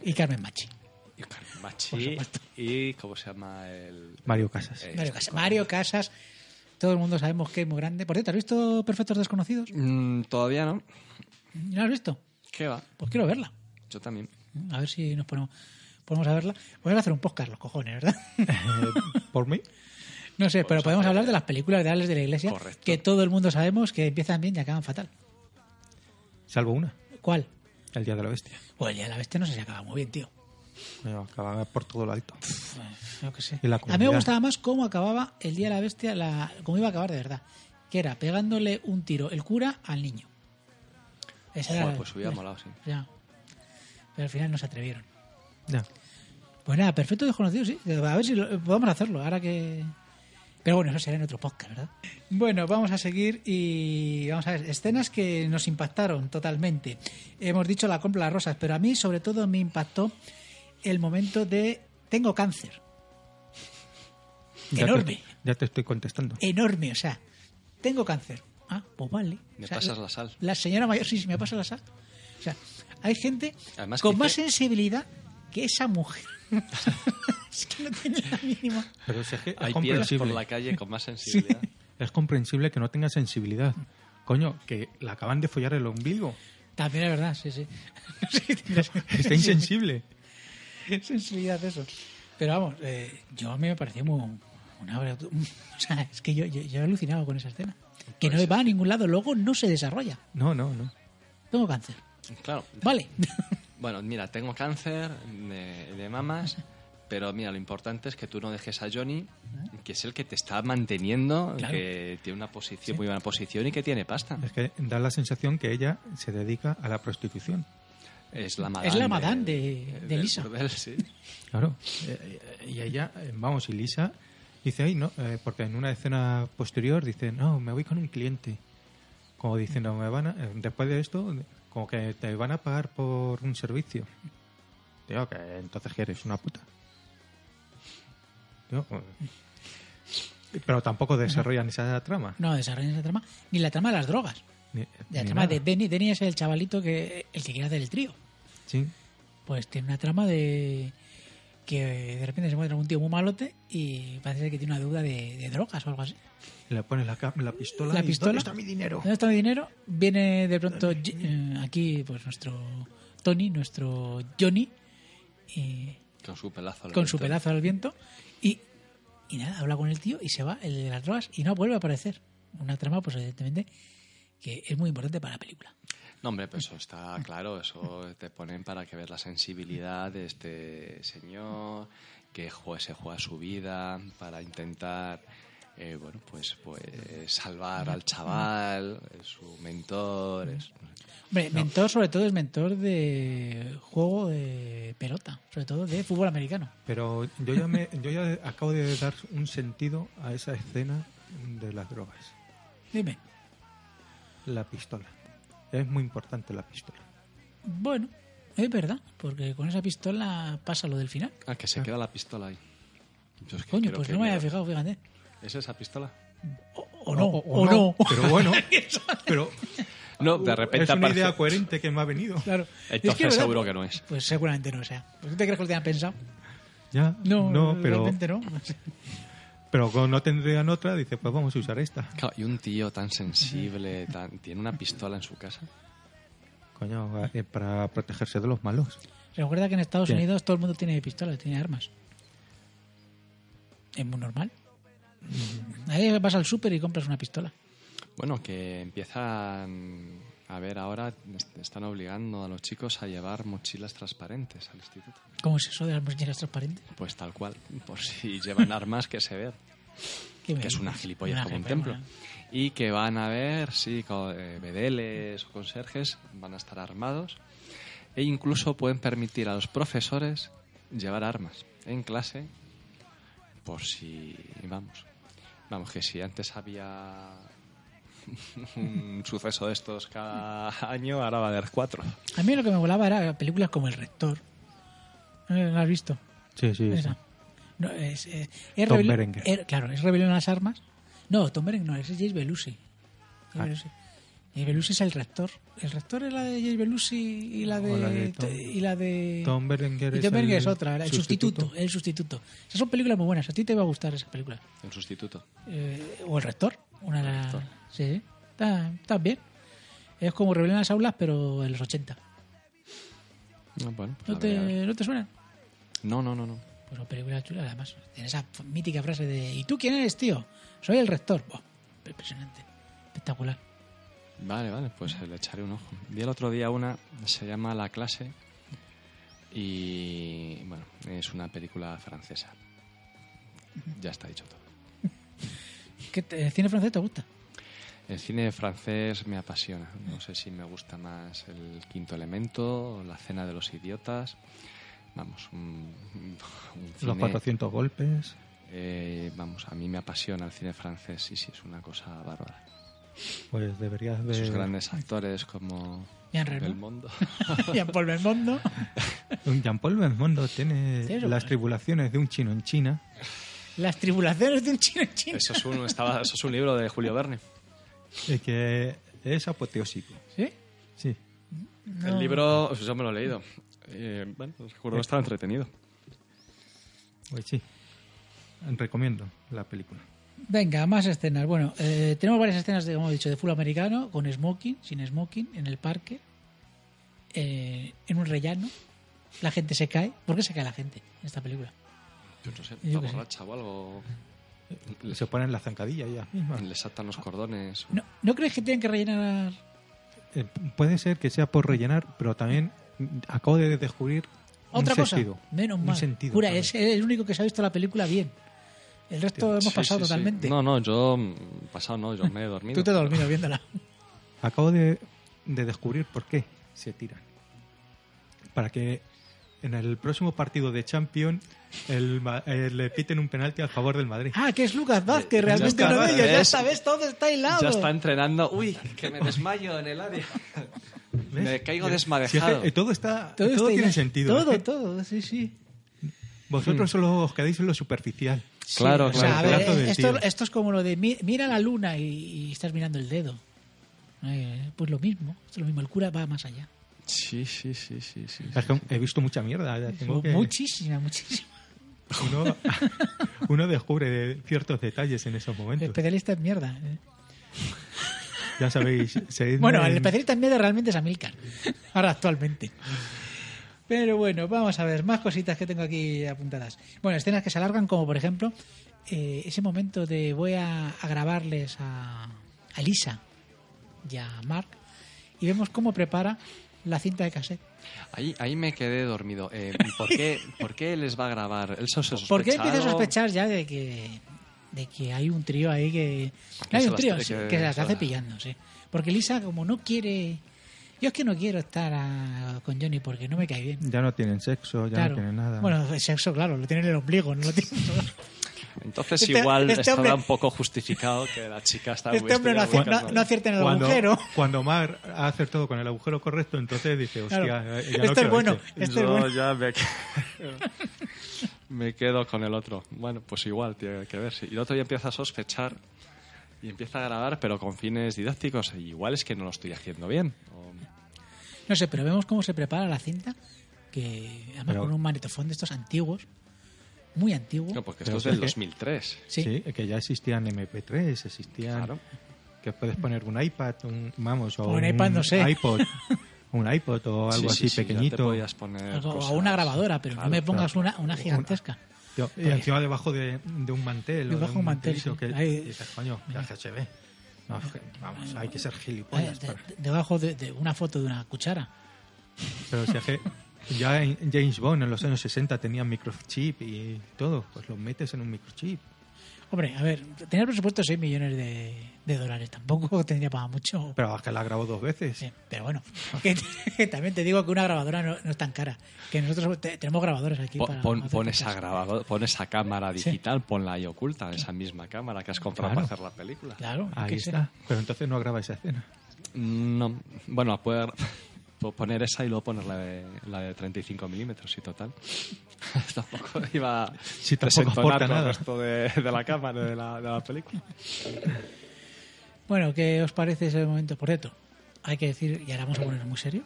S7: y Carmen Machi.
S9: Y Carmen Machi. Y. ¿Cómo se llama el.?
S11: Mario Casas.
S9: Eh,
S7: Mario Casas. Mario Casas, todo el mundo sabemos que es muy grande. Por cierto, ¿has visto Perfectos Desconocidos?
S9: Mm, Todavía no.
S7: ¿No la has visto?
S9: ¿Qué va?
S7: Pues quiero verla.
S9: Yo también.
S7: A ver si nos ponemos, ponemos a verla. Podemos hacer un podcast, los cojones, ¿verdad? (laughs)
S11: ¿Por mí?
S7: No sé, pero podemos hablar de las películas de Alex de la Iglesia
S9: Pues Correcto.
S7: que todo el mundo sabemos que empiezan bien y acaban fatal.
S11: Salvo una,
S7: ¿Cuál?
S11: El Día de la Bestia.
S7: Pues el día de la bestia no sé si acaba muy bien, tío.
S11: Bueno, acababa por todo lo alto.
S7: Yo qué sé.
S11: Y la
S7: A mí me
S11: comunidad.
S7: gustaba más cómo acababa el día de la bestia, la, cómo iba a acabar de verdad. Que era pegándole un tiro el cura al niño. Esa era
S9: Joder,
S7: la-
S9: pues hubiera molado, sí.
S7: Ya. Pero al final no se atrevieron.
S11: Ya.
S7: Pues nada, perfecto desconocido, sí. A ver si lo- podemos hacerlo, ahora que. Pero bueno, eso será en otro podcast, ¿verdad? Bueno, vamos a seguir y vamos a ver, escenas que nos impactaron totalmente. Hemos dicho la compra de las rosas, pero a mí sobre todo me impactó el momento de tengo cáncer.
S11: Ya te-
S7: Enorme.
S11: ya te estoy contestando.
S9: Eh,
S7: Enorme, o sea, tengo cáncer. Ah, pues vale.
S9: Me
S7: O sea,
S9: pasas la sal.
S7: La señora mayor, sí, sí, me pasa la sal. O sea, hay gente
S9: Además,
S7: con
S9: dice-
S7: más sensibilidad que esa mujer. (laughs) es que no tiene la mínima.
S11: Pero si es
S7: Eh,
S11: que es
S9: Hay piedras por
S11: comprensible.
S9: la calle
S7: (laughs)
S9: con más sensibilidad.
S11: Es comprensible que no tenga sensibilidad. Coño, que la acaban de follar el ombligo.
S7: También es verdad, sí, (laughs) sí.
S9: (laughs)
S11: Está insensible.
S7: sensibilidad eso. Pero vamos, eh, yo a mí me pareció muy... Una obra- (laughs) o sea, es que yo, yo, yo he alucinado con esa escena. Que
S9: Pues
S7: no va a ningún lado, luego no se desarrolla.
S11: No, no, no.
S7: Tengo cáncer.
S9: Claro.
S7: Vale. (laughs)
S9: Bueno, mira, tengo cáncer de, de mamas, pero mira, lo importante es que tú no dejes a Johnny, que es el que te está manteniendo,
S7: ¿Eh? Claro.
S9: que tiene una posición, muy buena posición y que tiene pasta.
S11: Es que da la sensación que ella se dedica a la prostitución.
S9: Es la Madame.
S7: Es la
S9: de-
S7: Madame de, de
S9: del
S7: Lisa. (laughs)
S9: burdel, sí.
S11: Claro. Eh, eh, Y ella, eh, vamos, y Lisa dice, ay, no, eh, porque en una escena posterior dice, no, me voy con un cliente. Como diciendo, me van a- eh, después de esto, como que te van a pagar por un servicio. Digo, que entonces que eres una puta. Digo, eh, pero tampoco desarrollan esa trama.
S7: No desarrollan esa trama, ni la trama de las drogas.
S11: Ni-
S7: La
S11: ni
S7: trama
S11: nada.
S7: de Denny. Denny es el chavalito que el que quiere hacer el trío.
S11: Sí.
S7: Pues tiene una trama de que de repente se encuentra un tío muy malote y parece ser que tiene una deuda de, de drogas o algo así.
S11: Le pones la, cap- la pistola.
S7: La
S11: y,
S7: pistola. Ah.
S11: ¿Dónde está mi dinero?
S7: ¿Dónde está mi dinero? Viene de pronto eh, aquí pues nuestro Tony, nuestro Johnny, eh,
S9: Con su pelazo. al
S7: con su
S9: viento.
S7: pedazo al viento y, y nada, habla con el tío y se va, el de las drogas, y no vuelve a aparecer. Una trama, pues evidentemente, que es muy importante para la película.
S9: No, hombre, pero eso está claro. Eso te ponen para que veas la sensibilidad de este señor, que jue- se juega su vida para intentar. eh, bueno, pues, pues salvar al chaval, eh, su mentor. es-
S7: Hombre, mentor sobre todo es mentor de juego de pelota, sobre todo de fútbol americano.
S11: Pero yo ya, me, yo ya acabo de dar un sentido a esa escena de las drogas.
S7: Dime.
S11: La pistola. Es muy importante la pistola.
S7: Bueno, es verdad, porque con esa pistola pasa lo del final.
S9: Ah, que se queda la pistola ahí. Yo es que
S7: Coño,
S9: creo
S7: pues
S9: que
S7: no me había
S9: mira,
S7: fijado, fíjate.
S9: ¿Es esa pistola?
S7: O no, o no.
S11: Pero bueno, pero
S9: No,
S7: Uh,
S9: de repente
S11: es una
S9: aparece-
S11: idea coherente que me ha venido.
S7: (laughs) Claro.
S9: Entonces
S7: Es que, ¿verdad?
S9: seguro que no es.
S7: Pues seguramente no, o sea. ¿Tú te crees que lo tengan pensado?
S11: Ya,
S7: No,
S11: no, pero,
S7: realmente no.
S11: pero como no tendrían otra, dice, pues vamos a usar esta.
S9: Claro, y un tío tan sensible, tan, tiene una pistola en su casa.
S11: Coño, eh, para protegerse de los malos.
S7: Recuerda que en Estados
S11: Bien.
S7: Unidos todo el mundo tiene pistolas, tiene armas. Es muy normal. Ahí vas al súper y compras una pistola.
S9: Bueno, que empiezan a ver ahora, est- están obligando a los chicos a llevar mochilas transparentes al instituto.
S7: ¿Cómo es eso de las mochilas transparentes?
S9: Pues tal cual, por si llevan armas que se vean.
S7: ¿Qué me
S9: Que es una
S7: dices?
S9: gilipollas
S7: Una
S9: como un templo.
S7: gilipollas,
S9: Y que van a ver, sí, co- eh, bedeles o conserjes van a estar armados. E incluso pueden permitir a los profesores llevar armas en clase por si, vamos, vamos, que si antes había (laughs) un suceso de estos cada año, ahora va a haber cuatro.
S7: A mí lo que me volaba era películas como El Rector. Eh, ¿La has visto?
S11: Sí, sí,
S7: Esa. No, es, es- es
S11: Tom
S7: rebel-
S11: Berenger.
S7: er- claro, es rebelión a las armas. No, Tom Berenger no, ese es James Belushi. James
S11: Ah.
S7: Belushi. James Belushi es el rector. El rector es la de James Belushi y la de...
S11: O la de Tom-
S7: y la de...
S11: Tom Berenger
S7: y
S11: es
S7: Tom Berenger
S11: el
S7: es otra, el sustituto.
S11: sustituto.
S7: El sustituto. Esas son películas muy buenas. A ti te va a gustar esa película.
S9: El sustituto.
S7: Eh, o el rector. Una de las- Sí, sí. Está, está bien. Es como rebelión a las aulas, pero en los 80.
S9: Ah, bueno, pues
S7: ¿No
S9: a ver, a ver.
S7: te, ¿no te suena?
S9: no, no, no, no.
S7: Pues una película chula, además. Tiene esa f- mítica frase de ¿Y tú quién eres, tío? Soy el rector. Buah, impresionante. Espectacular.
S9: Vale, vale, pues eh, le echaré un ojo. Vi el otro día una, se llama La clase y bueno, es una película francesa. Ya está dicho todo.
S7: ¿Qué te- ¿El cine francés te gusta? (laughs)
S9: El cine francés me apasiona. No sé si me gusta más El Quinto Elemento o La Cena de los Idiotas. Vamos, un, un
S11: Los
S9: cine-
S11: 400 golpes.
S9: eh, vamos, a mí me apasiona el cine francés, sí, sí, es una cosa bárbara.
S11: Pues deberías de...
S9: Sus grandes actores como
S7: Jean Reno.
S9: Belmondo.
S7: Jean Paul Belmondo.
S11: Un Jean-Paul Belmondo tiene
S7: Cero,
S11: las
S7: pues.
S11: tribulaciones de un chino en China.
S7: Las tribulaciones de un chino en China.
S9: Eso es un, estaba, eso es un libro de Julio Verne.
S11: Es que es apoteósico.
S7: ¿Sí?
S11: Sí.
S9: El libro, o sea, yo me lo he leído. Eh, bueno, recuerdo que estaba entretenido.
S11: Pues sí. Recomiendo la película.
S7: Venga, más escenas. Bueno, eh, tenemos varias escenas, de, como he dicho, de full americano, con smoking, sin smoking, en el parque, eh, en un rellano. La gente se cae. ¿Por qué se cae la gente en esta película?
S9: Yo no sé,
S7: Yo
S9: está
S7: qué sé.
S9: borracha o algo.
S11: Se ponen la zancadilla ya.
S7: Ah.
S11: misma.
S9: Le saltan los cordones.
S7: ¿No, ¿no crees que tienen que rellenar?
S11: Eh, puede ser que sea por rellenar, pero también acabo de descubrir
S7: Otra
S11: un
S7: cosa.
S11: sentido.
S7: Menos
S11: un
S7: mal.
S11: Sentido,
S7: Cura,
S11: perdón.
S7: es el único que se ha visto la película bien. El resto hemos
S9: Sí,
S7: pasado
S9: sí, sí.
S7: totalmente.
S9: No, no, yo. mm, Pasado no, yo me he dormido.
S7: Tú te has dormido viéndola.
S11: Acabo de, de descubrir por qué se tiran. para que en el próximo partido de Champions el Ma- eh, le piten un penalti a favor del Madrid.
S7: (laughs) Ah, que es Lucas Vázquez, realmente
S11: está,
S7: no
S11: ¿ves?
S7: veía. Ya sabes, todo está hilado.
S9: Ya está entrenando. Uy,
S7: (laughs)
S9: que me desmayo en el área. Me caigo desmadejado.
S11: Si es que todo está,
S7: Todo
S11: todo,
S7: está
S11: tiene
S7: hilado.
S11: sentido. ¿eh?
S7: Todo, todo, sí, sí.
S11: Vosotros solo os quedáis en lo superficial.
S7: Sí, o sea, a ver, esto, esto es como lo de mi- mira la luna y, y estás mirando el dedo. Eh, Pues lo mismo, es lo mismo. El cura va más allá.
S9: Sí, sí, sí, sí, sí.
S11: Es que he visto mucha mierda. ya tengo que-
S7: Muchísima, muchísima.
S11: uno, (laughs) uno descubre ciertos detalles en esos momentos.
S7: Especialista en mierda. eh.
S11: Ya sabéis. seguidme
S7: Bueno,
S11: en-
S7: el especialista en mierda realmente es Amilcar. (laughs) Ahora actualmente. Pero bueno, vamos a ver más cositas que tengo aquí apuntadas. Bueno, escenas que se alargan, como por ejemplo eh, ese momento de voy a, a grabarles a, a Lisa y a Mark y vemos cómo prepara la cinta de cassette.
S9: Ahí, ahí me quedé dormido. Eh, ¿por, qué, ¿Por qué les va a grabar? Él se sospecha
S7: Porque empieza a
S9: algo?
S7: sospechar ya de que, de que hay un trío ahí que...
S9: Que
S7: hay
S9: se
S7: un
S9: las-
S7: trío
S9: que-
S7: sí, que se las
S9: se
S7: hace
S9: las-
S7: pillando, sí. Porque Lisa como no quiere... Yo es que no quiero estar ah, con Johnny porque no me cae bien.
S11: Ya no tienen sexo, ya
S7: Claro.
S11: no tienen nada.
S7: Bueno, el sexo, claro, lo tienen en el ombligo, no lo
S9: (laughs)
S7: tienen...
S9: Entonces
S7: Este-
S9: igual
S7: este
S9: estaba
S7: hombre-
S9: un poco justificado que la chica estaba...
S7: Este hombre no
S9: estuviera
S7: acierta-
S9: buscando-
S7: no acierta en el
S11: cuando,
S7: agujero.
S11: Cuando Mar ha acertado con el agujero correcto, entonces dice, hostia,
S7: Claro.
S11: eh, ya
S7: Este
S11: lo
S7: es
S11: quiero
S7: bueno,
S11: este.
S7: este es
S9: Yo
S7: bueno.
S9: ya me... que- (laughs) me quedo con el otro. Bueno, pues igual, tiene que ver. sí. Y el otro ya empieza a sospechar y empieza a grabar, pero con fines didácticos. Y Igual es que no lo estoy haciendo bien. O-
S7: No sé, pero vemos cómo se prepara la cinta, que además
S9: Pero-
S7: con un magnetofón de estos antiguos, muy antiguo.
S9: No, porque
S11: Pero
S9: esto es del
S11: es que-
S9: 2003.
S7: Sí.
S11: que ya existían MP3, existían... Que puedes poner un iPad, un, vamos, o
S7: Un iPad, no sé.
S11: iPod, un
S7: (laughs)
S11: iPod o algo
S9: Sí, sí,
S11: así
S9: sí, ya te
S11: pequeñito.
S9: podías poner
S7: Algo- o una grabadora, pero no me pongas una, una gigantesca.
S11: Yo- y
S7: Pues-
S11: encima debajo de, de un mantel. o
S7: Debajo
S11: de
S7: un mantel,
S11: mantelizo
S7: sí.
S11: Que,
S7: Ahí.
S11: dices, coño, ya que se ve. No, es que, vamos, hay que ser
S7: Eh,
S11: gilipollas.
S7: de-
S11: para-
S7: de- debajo de, de una foto de una cuchara.
S11: Pero si es que ya en- James Bond en los años 60 tenía microchip y todo, pues lo metes en un microchip.
S7: Hombre, a ver, tenía el presupuesto de 6 millones de, de dólares, tampoco (laughs) tendría para mucho.
S11: Pero es que la grabó dos veces.
S7: Pero
S9: (laughs)
S7: bueno, que, que también te digo que una grabadora no, no es tan cara. Que nosotros te- tenemos grabadores aquí.
S9: Po-
S7: para
S9: pon,
S7: hacer
S9: pon
S7: podcast.
S9: esa grabado- pon esa cámara digital, ponla ahí oculta, esa misma cámara que has comprado
S11: Claro.
S9: para hacer la película.
S7: Claro,
S11: Ahí
S7: que
S11: está.
S7: será.
S11: Pero entonces no graba esa escena.
S9: No, bueno, a (laughs) poder po- poner esa y luego poner la de, la de 35 milímetros y total. (laughs) tampoco iba a
S11: Sí, tampoco
S9: desentonar
S11: aporta
S9: con el
S11: nada.
S9: resto de, de la cámara de la, de la película.
S7: Bueno, ¿qué os parece ese momento? Por cierto, hay que decir, y ahora vamos a ponernos muy serios.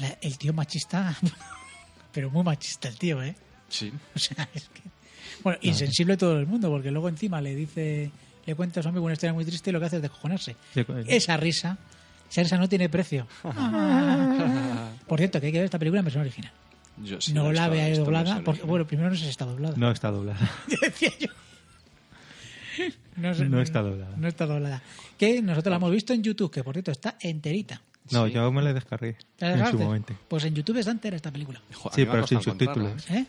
S7: la- el tío machista, (laughs) pero muy machista el tío, ¿eh?
S9: Sí.
S7: (laughs) O sea, es que. Bueno, insensible todo el mundo, porque luego encima le dice, le cuenta a su amigo una historia muy triste y lo que hace es descojonarse.
S11: Sí, pues-
S7: Esa risa, esa risa no tiene precio.
S11: (laughs)
S7: Por cierto, que hay que ver esta película en versión original.
S9: Yo sí
S7: no
S9: he
S7: la
S9: visto- he
S7: veáis
S9: visto
S7: doblada,
S9: versiones.
S7: porque, bueno, primero no sé si está doblada.
S11: No
S7: (laughs)
S11: está doblada.
S7: No, sé-
S11: no está doblada.
S7: No está doblada. Que nosotros la hemos visto en YouTube, que por cierto está enterita.
S11: No, yo me la descargué
S7: ¿La
S11: en su
S7: descargaste?
S11: momento.
S7: Pues en YouTube está entera esta película.
S9: Jo, a
S11: Sí,
S9: mí me ha
S11: pero sin
S9: costado
S11: subtítulos.
S9: encontrarla,
S7: ¿Eh?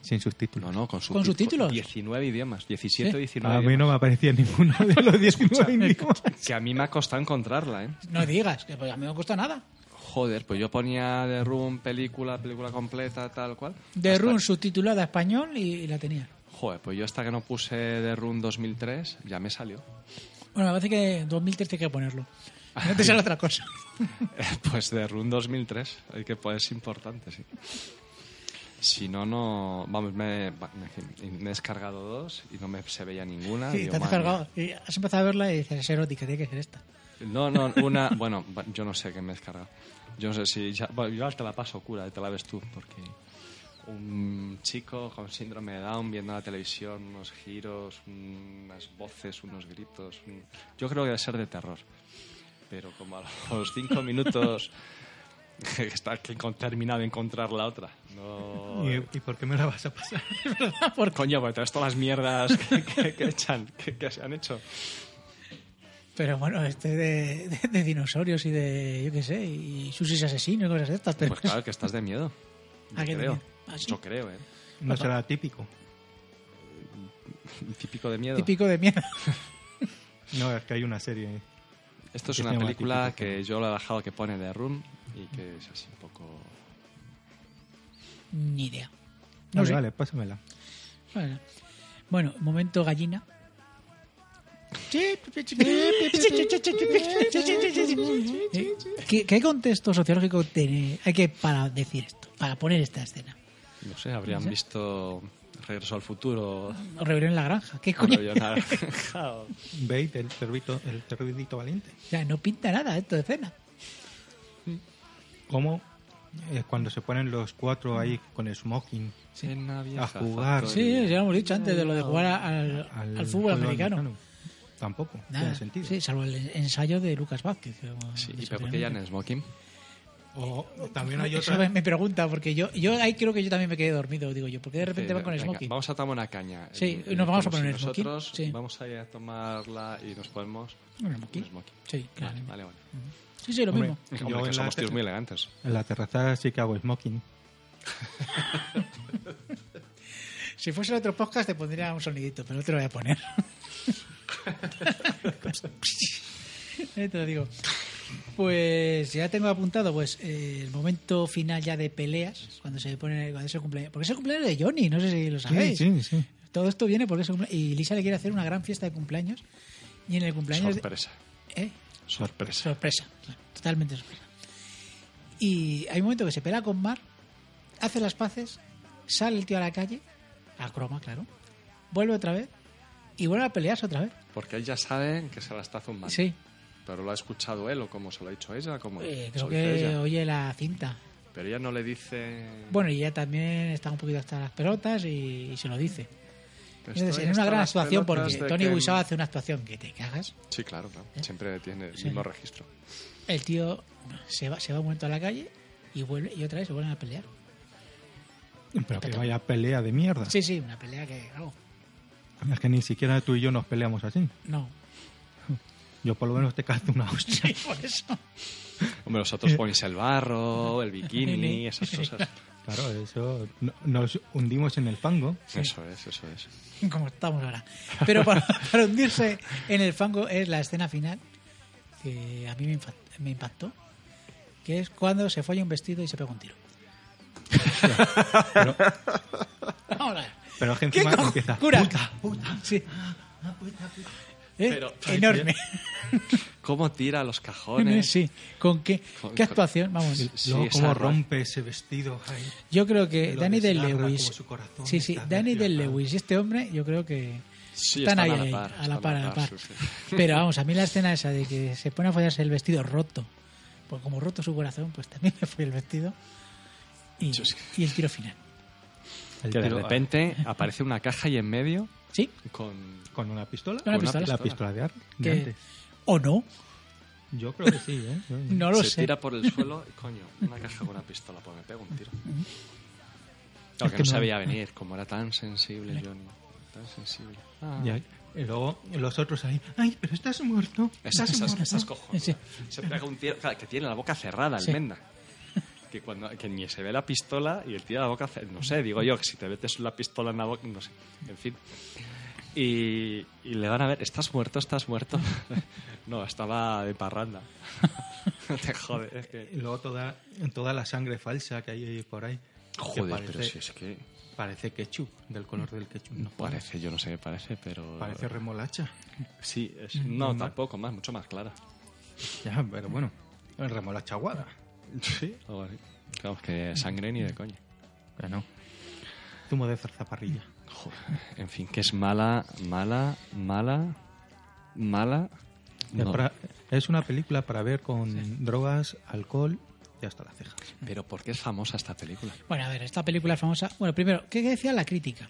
S11: Sin subtítulos.
S9: No, no, con,
S7: ¿Con subtítulos?
S9: 19 idiomas, 17
S7: Sí.
S9: o 19
S11: A mí
S9: idiomas.
S11: no me aparecía ninguno de
S7: (laughs)
S11: los 19 idiomas.
S9: Que a mí me ha costado encontrarla, ¿eh?
S11: (laughs)
S7: No digas, que pues, a mí no me cuesta nada.
S9: Joder, pues yo ponía The Room, película, película completa, tal cual.
S7: De Run subtitulada a español y, y la tenía.
S9: Joder, pues yo hasta que no puse The Room 2003 ya me salió.
S7: Bueno, me parece que en 2013 hay que ponerlo.
S9: Ah,
S7: No te sale otra cosa.
S9: (laughs) Pues The Room 2003, hay que pues, es importante, sí. Si no, no. Vamos, me, va- me- me he descargado dos y no me se veía ninguna.
S7: Sí,
S9: Digo,
S7: te has
S9: Ah, madre
S7: descargado. Y has empezado a verla y dices, es erótica, tiene que ser esta.
S9: No, no, una. Bueno, va- yo no sé qué me he descargado. Yo no sé si. Ya, bueno, yo te la paso cura, te la ves tú, porque. Un chico con síndrome de Down viendo la televisión, unos giros, unas voces, unos gritos. un- Yo creo que debe ser de terror. Pero como a los cinco minutos. (laughs) Está que con- terminado de encontrar la otra. No. eh,
S11: ¿Y, y por qué me la vas a pasar?
S9: Coño, pues todas las mierdas que, que- que echan, que- que se han hecho.
S7: Pero bueno, este de, de- de dinosaurios y de, yo qué sé, y sushis asesinos y cosas de estas. Pero
S9: Pues claro, que estás de miedo.
S7: Ah,
S9: Yo
S7: que de
S9: creo.
S7: miedo. Ah, sí.
S9: Yo creo, ¿eh?
S11: No será típico.
S9: Típico de miedo.
S7: típico de mierda. (laughs)
S11: No, es que hay una serie.
S9: Esto es
S11: que se
S9: una
S11: llama
S9: película que yo la he bajado que pone The Room y que es así un poco
S7: Ni idea. No
S11: Vale,
S7: sé.
S11: vale, pásamela.
S7: Bueno. Bueno, momento gallina. ¿Qué, qué contexto sociológico tiene- hay que para decir esto, para poner esta escena?
S9: No sé, habrían
S7: No sé.
S9: visto Regreso al futuro.
S7: O Rebelión en la granja, ¿qué coño? (laughs)
S9: Rebelión en la granja.
S11: ¿Veis el cervito, el cervidito valiente?
S7: O sea, no pinta nada esto de escena.
S11: ¿Cómo eh, cuando se ponen los cuatro ahí con el smoking a jugar?
S7: Sí, ya lo hemos dicho antes de lo de jugar a- al,
S11: Al
S7: al fútbol
S11: fútbol
S7: americano.
S11: americano. Tampoco,
S7: Nada,
S11: tiene sentido.
S7: sí, salvo el ensayo de Lucas Vázquez. que hemos
S9: ¿Y
S7: dicho
S9: pero por qué ya
S7: anteriormente.
S9: en smoking?
S11: O también hay
S7: Eso
S11: otra.
S7: me, me pregunta, porque yo, yo ahí creo que yo también me quedé dormido, digo yo. porque de repente
S9: Sí,
S7: va con el
S9: Eh, venga,
S7: smoking?
S9: Vamos a tomar una caña.
S7: Sí,
S9: Eh,
S7: nos vamos a
S9: como si
S7: poner el smoking,
S9: Nosotros vamos a ir a tomarla y nos ponemos
S7: Un smoking. Sí, claro.
S9: Vale, vale. vale.
S7: Sí, sí, lo
S11: Hombre,
S7: mismo.
S11: yo
S9: Hombre, que
S11: en la
S9: somos tíos
S11: terra-
S9: muy elegantes.
S11: En la terraza sí que hago smoking.
S7: Si fuese otro podcast te pondría un sonidito, pero no te lo voy a (laughs) poner. Eh, te lo digo. Pues ya tengo apuntado pues eh, el momento final ya de peleas, cuando se pone cuando es el cumpleaños. Porque es el cumpleaños de Johnny, no sé si lo sabéis.
S11: sí, sí.
S7: Todo esto viene porque es el cumple- Y Lisa le quiere hacer una gran fiesta de cumpleaños. Y en el cumpleaños... de-
S9: Sorpresa.
S7: ¿Eh?
S9: Sorpresa.
S7: Sorpresa, claro, totalmente sorpresa. Y hay un momento que se pelea con Mar, hace las paces, sale el tío a la calle, a croma, claro, vuelve otra vez y vuelve a pelearse otra vez.
S9: Porque él ya sabe que se la está zumbando.
S7: Sí.
S9: Pero lo ha escuchado él o como se lo ha dicho ella. Como
S7: Eh,
S9: se lo
S7: creo
S9: dice
S7: que
S9: ella. Mm.
S7: oye la cinta.
S9: Pero ella no le dice...
S7: Bueno, y ella también está un poquito hasta las pelotas y, y se lo dice.
S9: que
S7: Entonces, es
S9: estoy
S7: una
S9: hasta
S7: gran
S9: las
S7: actuación
S9: pelotas
S7: porque
S9: de
S7: Tony ¿Eh?
S9: que-
S7: Wiseau hace una actuación que te cagas.
S9: Sí, claro, claro. Siempre tiene el mismo registro.
S7: El tío se va, se va un momento a la calle y vuelve y otra vez se vuelven a pelear.
S11: Pero que vaya pelea de mierda.
S7: Sí, sí, una pelea que... vamos,
S11: Es que ni siquiera tú y yo nos peleamos así.
S7: no, (laughs)
S11: Yo por lo menos te cazo una hostia.
S7: Sí, por eso. (laughs)
S9: Hombre, vosotros ponéis el barro, el bikini, esas cosas.
S11: Claro, eso. no- Nos hundimos en el fango.
S9: Eso es, eso es.
S7: como estamos ahora. Pero para, (laughs) para hundirse en el fango es la escena final que a mí me, infa- me impactó, que es cuando se folla un vestido y se pega un tiro. (laughs)
S11: Pero,
S7: Vamos a ver.
S11: pero es que encima
S7: co-
S11: empieza.
S7: cura?
S11: "Puta".
S7: Sí. ¿Eh?
S9: Pero-
S7: Enorme.
S9: ¿Cómo tira los cajones?
S7: (laughs) Sí, con qué,
S9: Con-
S7: qué
S9: con-
S7: actuación, vamos.
S9: Sí, sí,
S11: Luego,
S9: esa
S11: cómo
S9: ra-
S11: rompe ese vestido. ay.
S7: Yo creo que
S11: Lo
S7: Danny de
S11: desgarra como
S7: Lewis.
S11: su corazón
S7: Sí, sí,
S11: está
S7: Danny de Lewis y este hombre, yo creo que
S9: Sí,
S7: están,
S9: están
S7: ahí,
S9: a la
S7: ahí,
S9: par,
S7: a la
S9: están
S7: par, a la par.
S9: sí, sí.
S7: Pero vamos, a mí la escena esa de que se pone a follarse el vestido roto, porque como roto su corazón, pues también (laughs) me fue el vestido. Y, y el tiro final.
S11: El
S9: Que de
S11: tiro-
S9: repente aparece una caja y en medio
S7: Sí,
S9: con...
S11: ¿Con una pistola?
S7: Con una pistola.
S11: La pistola de ar- de
S7: que-
S11: antes.
S7: o no,
S11: Yo creo que sí, ¿eh?
S7: no lo
S9: se
S7: sé.
S9: tira por el suelo, y, coño, una caja con una pistola, pues me pego un tiro. Claro,
S11: que
S9: que no
S11: no-
S9: sabía venir, como era tan sensible Johnny, tan sensible. Ah.
S11: Ya, y luego los otros ahí. Ay, pero estás muerto.
S9: Esas,
S11: estás
S9: esas,
S11: muerto".
S9: esas cojones.
S7: Sí.
S9: Se pega un tiro, claro, que tiene la boca cerrada,
S7: Sí.
S9: almenda. Que, cuando, que ni se ve la pistola y el tira la boca cerrada. No sé, digo yo, que si te metes la pistola en la boca, no sé. En fin. Y, y le van a ver, ¿estás muerto? ¿Estás muerto? (laughs) no, estaba de parranda. (laughs) No te jode. Es
S11: Y
S9: que...
S11: luego toda, toda la sangre falsa que hay ahí por ahí. que
S9: Joder,
S11: parece,
S9: pero si es que.
S11: Parece ketchup, del color del ketchup. No
S9: Parece, yo no sé qué parece, pero. Mm,
S11: Parece remolacha.
S9: Sí, es- no, tampoco, más, mucho más clara.
S11: Ya, pero bueno. Remolacha aguada.
S9: Sí, algo así. Claro, es que sangre ni de coña.
S11: Que no. Zumo de zarzaparrilla.
S9: Joder, en fin, que es mala, mala, mala, mala. No.
S11: Para- Es una película para ver con drogas, alcohol y hasta las cejas.
S9: Pero ¿por qué es famosa esta película?
S7: Bueno, a ver, esta película es famosa. Bueno, primero, ¿qué decía la crítica?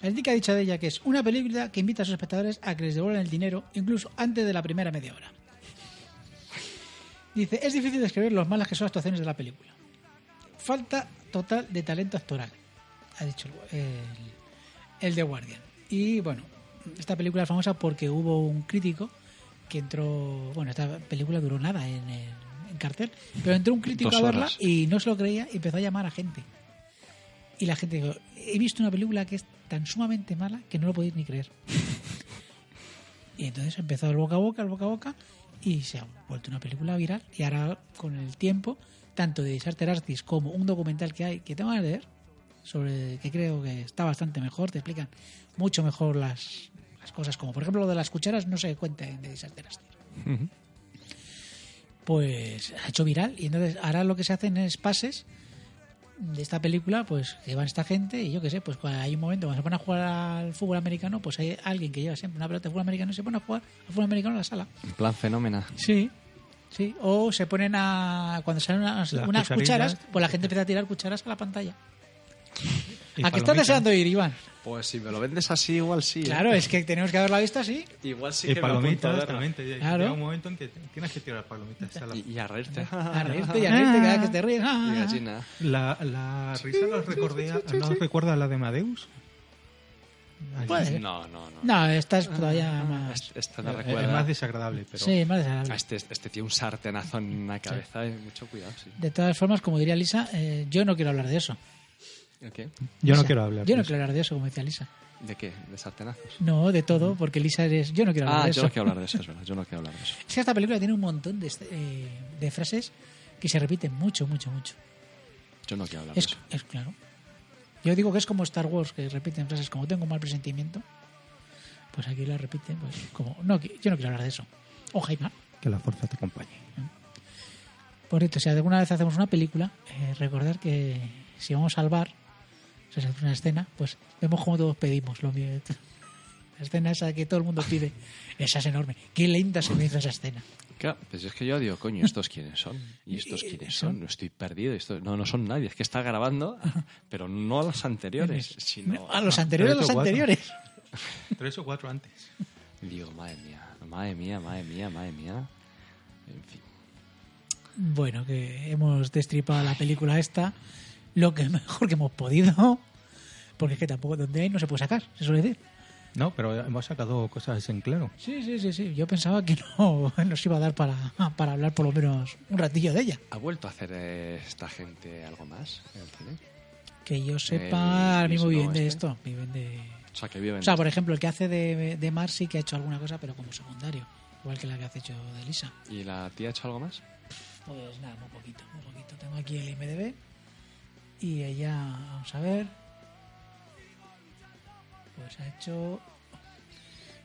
S7: La crítica ha dicho de ella que es una película que invita a sus espectadores a que les devuelvan el dinero incluso antes de la primera media hora. Dice, es difícil describir los malas que son las actuaciones de la película. Falta total de talento actoral, ha dicho el, el- el The Guardian. Y bueno, esta película es famosa porque hubo un crítico que entró... Bueno, esta película duró nada en, el- en cartel, pero entró un crítico
S9: Dos
S7: a verla
S9: horas.
S7: y no se lo creía y empezó a llamar a gente. Y la gente dijo, he visto una película que es tan sumamente mala que no lo podéis ni creer. y entonces empezó el boca a boca, el boca a boca, y se ha vuelto una película viral. Y ahora, con el tiempo, tanto de Sartre Artis como un documental que hay que tengo ganas de ver, sobre que creo que está bastante mejor, te explican mucho mejor las, las cosas, como por ejemplo lo de las cucharas no se cuenta en The Disaster Artist. Pues ha hecho viral y entonces ahora lo que se hacen es pases de esta película, pues que van esta gente y yo qué sé, pues cuando hay un momento cuando se van a jugar al fútbol americano, pues hay alguien que lleva siempre una pelota de fútbol americano y se pone a jugar al fútbol americano en la sala.
S9: En plan fenómeno.
S7: Sí, sí. O se ponen a. Cuando salen unas,
S9: Las
S7: unas
S9: cucharillas.
S7: cucharas, pues la gente empieza a tirar cucharas a la pantalla.
S9: Y
S7: ¿A qué
S9: palomitas.
S7: estás deseando ir, Iván?
S9: Pues si me lo vendes así, igual sí. ¿eh?
S7: Claro, es que tenemos que haberla visto así.
S9: Igual sí
S11: y
S9: que me apunto a
S11: Eh, palomitas
S9: verla.
S11: también. te-
S7: Claro.
S11: Llega un momento en que tienes que tirar palomitas. a la-
S9: Y, y a (laughs) reírte.
S7: A reírte y a reírte cada vez que te ríes.
S9: Ah.
S7: Ah.
S9: Y gallina.
S11: La, la risa nos recuerda, ¿no os recuerda la de Amadeus?
S7: Puede ser.
S9: No, no, no.
S7: No, esta es todavía más.
S9: Este- Esta no
S11: Eh,
S9: recuerda.
S11: es más desagradable, pero-
S7: Sí, más desagradable.
S9: Ah, Este, este tiene un sartenazo en la cabeza. eh, Mucho cuidado, sí.
S7: De todas formas, como diría Lisa, eh, yo no quiero hablar de eso.
S9: ¿Qué?
S11: Yo no
S7: O sea,
S11: quiero hablar.
S7: Yo no quiero hablar de eso, como decía Lisa.
S9: ¿De qué? ¿De sartenazos?
S7: No, de todo, porque Lisa eres. Yo no quiero hablar
S9: Ah,
S7: de
S9: yo
S7: eso.
S9: no quiero hablar de eso, es verdad. Yo no quiero hablar de eso.
S7: Es que esta película tiene un montón de, este- eh, de frases que se repiten mucho, mucho, mucho.
S9: Yo no quiero hablar de
S7: Es,
S9: eso.
S7: es claro. Yo digo que es como Star Wars, que repiten frases como tengo un mal presentimiento. Pues aquí la repiten, pues como. No, que- yo no quiero hablar de eso. O Jaime.
S11: Que la fuerza te acompañe.
S7: Por esto, si alguna vez hacemos una película, eh, recordar que si vamos al bar, o sea, si hacemos una escena, pues vemos cómo todos pedimos lo mismo. (laughs) La escena esa que todo el mundo pide, esa es enorme. Qué lenta se me hizo esa escena.
S9: Claro, pues es que yo digo, coño, ¿estos quiénes son? ¿Y estos quiénes son? No estoy perdido. Esto, no, no son nadie. Es que está grabando, pero no a los
S7: (laughs)
S9: anteriores, sino...
S7: A Ah, los anteriores,
S9: Tres
S7: los
S9: o cuatro.
S7: anteriores.
S11: Tres o cuatro antes.
S9: Digo, madre mía, madre mía, madre mía, madre mía. En fin.
S7: Bueno, que hemos destripado la película esta, lo que mejor que hemos podido, porque es que tampoco donde hay no se puede sacar, se suele decir.
S11: No, pero hemos sacado cosas en claro.
S7: Sí, sí, sí, sí. Yo pensaba que no (laughs) nos iba a dar para, para hablar por lo menos un ratillo de ella.
S9: ¿Ha vuelto a hacer eh, esta gente algo más en el cine?
S7: Que yo sepa, ahora
S9: El
S7: mismo viven
S9: mismo
S7: de
S9: este.
S7: esto. Viven de...
S9: O sea, que viven...
S7: O sea, por ejemplo, el que hace de, de Mar sí que ha hecho alguna cosa, pero como secundario. Igual que la que has hecho de Lisa.
S9: ¿Y la tía ha hecho algo más?
S7: Pues nada, muy poquito, muy poquito. Tengo aquí el IMDB. Y ella, vamos a ver. Pues ha hecho.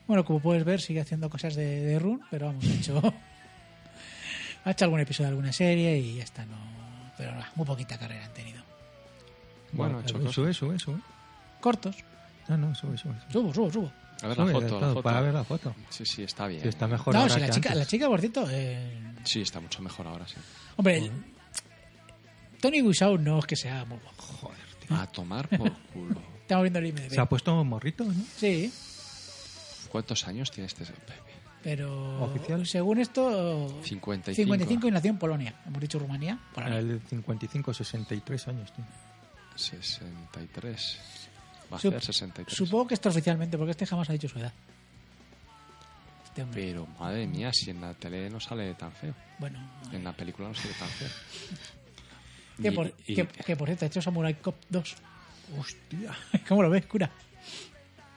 S7: Bueno, como puedes ver, sigue haciendo cosas de, de Run, pero vamos, ha hecho. (laughs) ha hecho algún episodio de alguna serie y ya está, no. Pero nada, muy poquita carrera han tenido.
S9: Bueno, ha hecho
S11: eso, sube, sube, sube.
S7: Cortos.
S11: No, no, sube, sube.
S7: Subo, subo, subo.
S9: A ver la
S11: Sube,
S9: foto, la
S11: todo,
S9: foto.
S11: para ver la foto.
S9: Sí, sí, está bien.
S11: Sí, está mejor
S7: no,
S11: ahora
S7: si la
S11: que
S7: chica,
S11: antes.
S7: la chica, por cierto, eh,
S9: Sí, está mucho mejor ahora, sí.
S7: Hombre, el- Tony Gusau no es que sea muy guapo.
S9: A tomar por culo.
S7: Estamos viendo el IMDb.
S11: Se ha puesto morrito, ¿no?
S7: Sí,
S9: ¿Cuántos años tiene este?
S7: pero según esto,
S9: 55.
S7: 55 y nació en Polonia. Hemos dicho Rumanía.
S11: El 55, 63 años, tío.
S9: 63. Va a
S7: Sup-
S9: ser 63.
S7: Supongo que esto oficialmente, porque este jamás ha dicho su edad. Este
S9: Pero madre mía, si en la tele no sale tan feo.
S7: Bueno.
S9: En la película no sale tan feo.
S7: Que
S9: Y-
S7: por,
S9: y-
S7: que, que por cierto, ha hecho Samurai Cop 2. Hostia. (laughs) ¿Cómo lo ves, cura?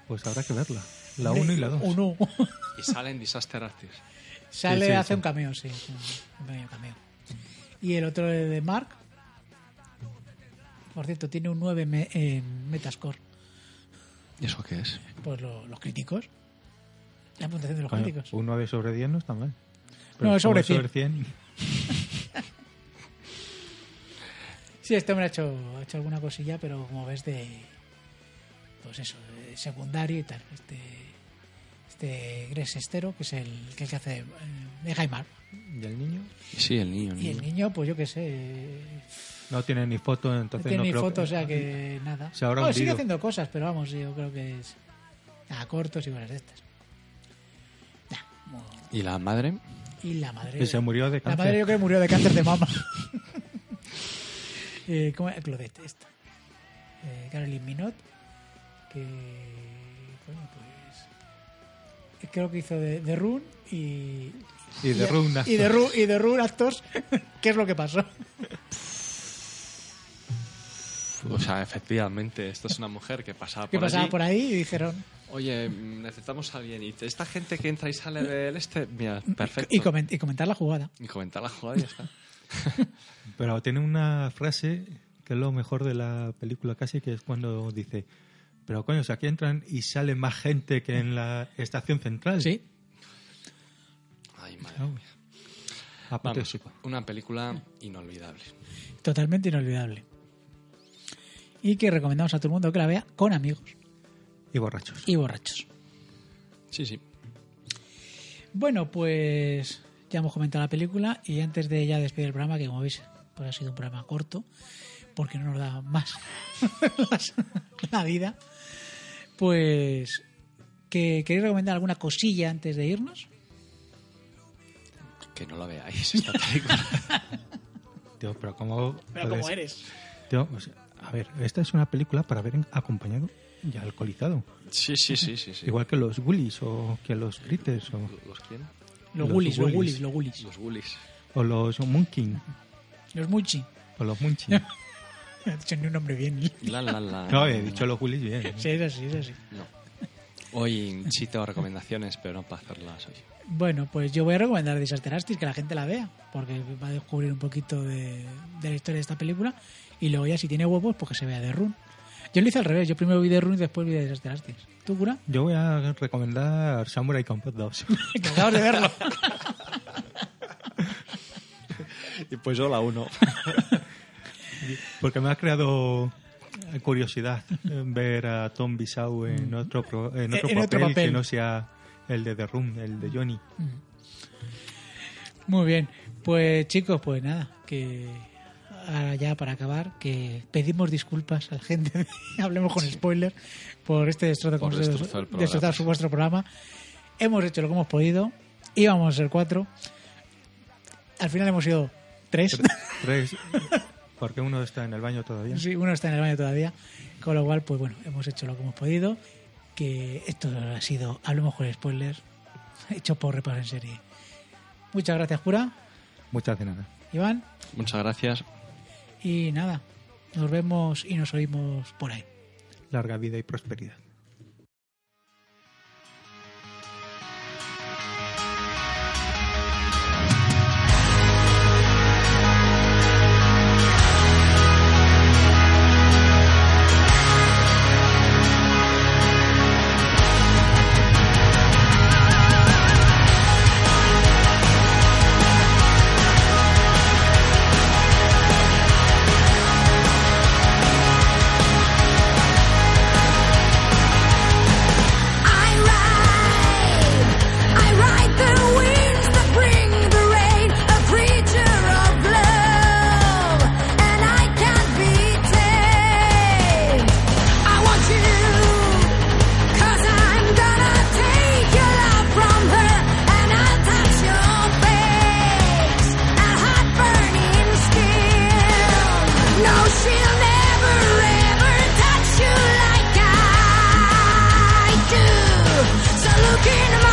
S11: Pues habrá que verla. La
S7: Hombre,
S11: 1 y la 2.
S7: Uno.
S9: Y sale en Disaster Artist.
S7: (laughs) Sale,
S11: sí,
S7: hace
S11: sí.
S7: un cameo, sí. sí, Un pequeño cameo. Y el otro es de Mark. Por cierto, tiene un 9 me- en Metascore.
S9: ¿Y eso qué es?
S7: Pues lo- los críticos. La puntuación de los
S11: Bueno,
S7: críticos.
S11: un 9 sobre 10 no está mal.
S7: No, es sobre
S11: como 100.
S7: Sí, este hombre ha hecho, ha hecho alguna cosilla, pero como ves de... Pues eso, de secundario y tal. Este, este Gres Estero, que es el que, el que hace eh, de Jaimar.
S11: ¿Y el niño?
S9: Sí, el niño.
S7: Y
S11: Mm.
S7: el niño, pues yo qué sé... eh,
S11: No tiene ni foto,
S7: No
S11: entonces
S7: tiene
S11: no
S7: ni
S11: creo
S7: foto,
S11: que-
S7: o sea que nada.
S11: Se habrá
S7: No, sigue
S11: hundido.
S7: haciendo cosas, pero vamos, yo creo que es a cortos y cosas de estas.
S9: ¿Y la madre?
S7: Y la madre.
S11: Que se murió de
S7: La
S11: cáncer.
S7: madre yo creo que murió de cáncer de mama. (laughs) eh, ¿Cómo es? Claudette, esta. Eh, Caroline Minot, que. Bueno, pues. Creo que hizo de, de Rune y.
S11: Y de Rune
S7: Y de
S11: Actors.
S7: Rune, y de Rune Actors. (laughs) ¿Qué es lo que pasó?
S9: O sea, efectivamente, esto es una mujer que pasaba
S7: Que
S9: por
S7: pasaba
S9: allí.
S7: por ahí y dijeron. (laughs)
S9: Oye, mm, necesitamos a alguien. Y te- esta gente que entra y sale del este, mira, perfecto.
S7: Mm. Y, comen- y comentar la jugada.
S9: Y comentar la jugada y ya está.
S11: Pero tiene una frase que es lo mejor de la película casi, que es cuando dice, pero coño, si aquí entran y sale más gente que en la estación central.
S7: Sí.
S9: (laughs) Ay, madre
S11: Claro.
S9: mía.
S11: Aparte
S9: Vamos, una película inolvidable.
S7: Totalmente inolvidable. Y que recomendamos a todo el mundo que la vea con amigos
S11: y borrachos.
S7: y borrachos.
S9: Sí, sí.
S7: Bueno, pues ya hemos comentado la película y antes de ya despedir el programa, que como veis, pues ha sido un programa corto, porque no nos da más (laughs) las- la vida, pues que queréis recomendar alguna cosilla antes de irnos.
S9: Que no la veáis esta película.
S11: Tío, pero ¿cómo
S7: Pero
S11: puedes-
S7: como eres.
S11: Tío, o sea, a ver, esta es una película para ver en- acompañado y alcoholizado.
S9: (laughs) Sí, sí, sí, sí. sí.
S11: Igual que los Woolies o que los Critters o,
S9: ¿Los quién?
S7: Los,
S11: Los
S7: gulis, los
S11: gulis.
S7: gulis, los gulis.
S9: Los Woolies.
S11: o los Munkin
S7: Los muchi. (laughs)
S11: o los Munchin.
S7: No he dicho ni un nombre bien.
S9: La, la, la.
S11: No, he dicho los Woolies bien. ¿eh?
S7: Sí, es así, es así.
S9: No. Hoy sí tengo recomendaciones, pero no para hacerlas hoy.
S7: Bueno, pues yo voy a recomendar Disaster Artist, que la gente la vea, porque va a descubrir un poquito de, de la historia de esta película. Y luego ya si tiene huevos, pues que se vea The Run. Yo lo hice al revés, yo primero vi The Run y después vi Disaster Artist. ¿Tú, cura?
S11: Yo voy a recomendar Samurai Combat
S7: (laughs)
S11: 2.
S7: Que acabas de verlo.
S9: Y pues yo la uno.
S11: (laughs) Porque me ha creado curiosidad eh, ver a Tom Bissau en otro, pro- en otro,
S7: Mm. En
S11: papel,
S7: otro
S11: que
S7: papel.
S11: no sea el de The Room, el de Johnny.
S7: Muy bien, pues chicos, pues nada, que ahora ya para acabar, que pedimos disculpas a la gente, de (laughs) hablemos con spoiler, por este destrozo
S9: Por
S7: que hemos
S9: destrozar el programa.
S7: destrozar su- vuestro programa. Hemos hecho lo que hemos podido, íbamos a ser cuatro, al final hemos sido (laughs) tres,
S11: Tres, porque uno está en el baño todavía.
S7: Sí, uno está en el baño todavía, con lo cual, pues bueno, hemos hecho lo que hemos podido, que esto ha sido, hablemos con spoiler, (laughs) hecho por repaso en serie. Muchas gracias, Cura,
S11: Muchas de nada.
S7: Iván.
S9: Muchas gracias.
S7: Y nada, nos vemos y nos oímos por ahí.
S11: Larga vida y prosperidad.
S6: I ride the winds that bring the rain, a creature of love, and I can't be tamed. I want you, cause I'm gonna take your love from her, and I'll touch your face, a hot burning skin. No, she'll never ever touch you like I do. So look in my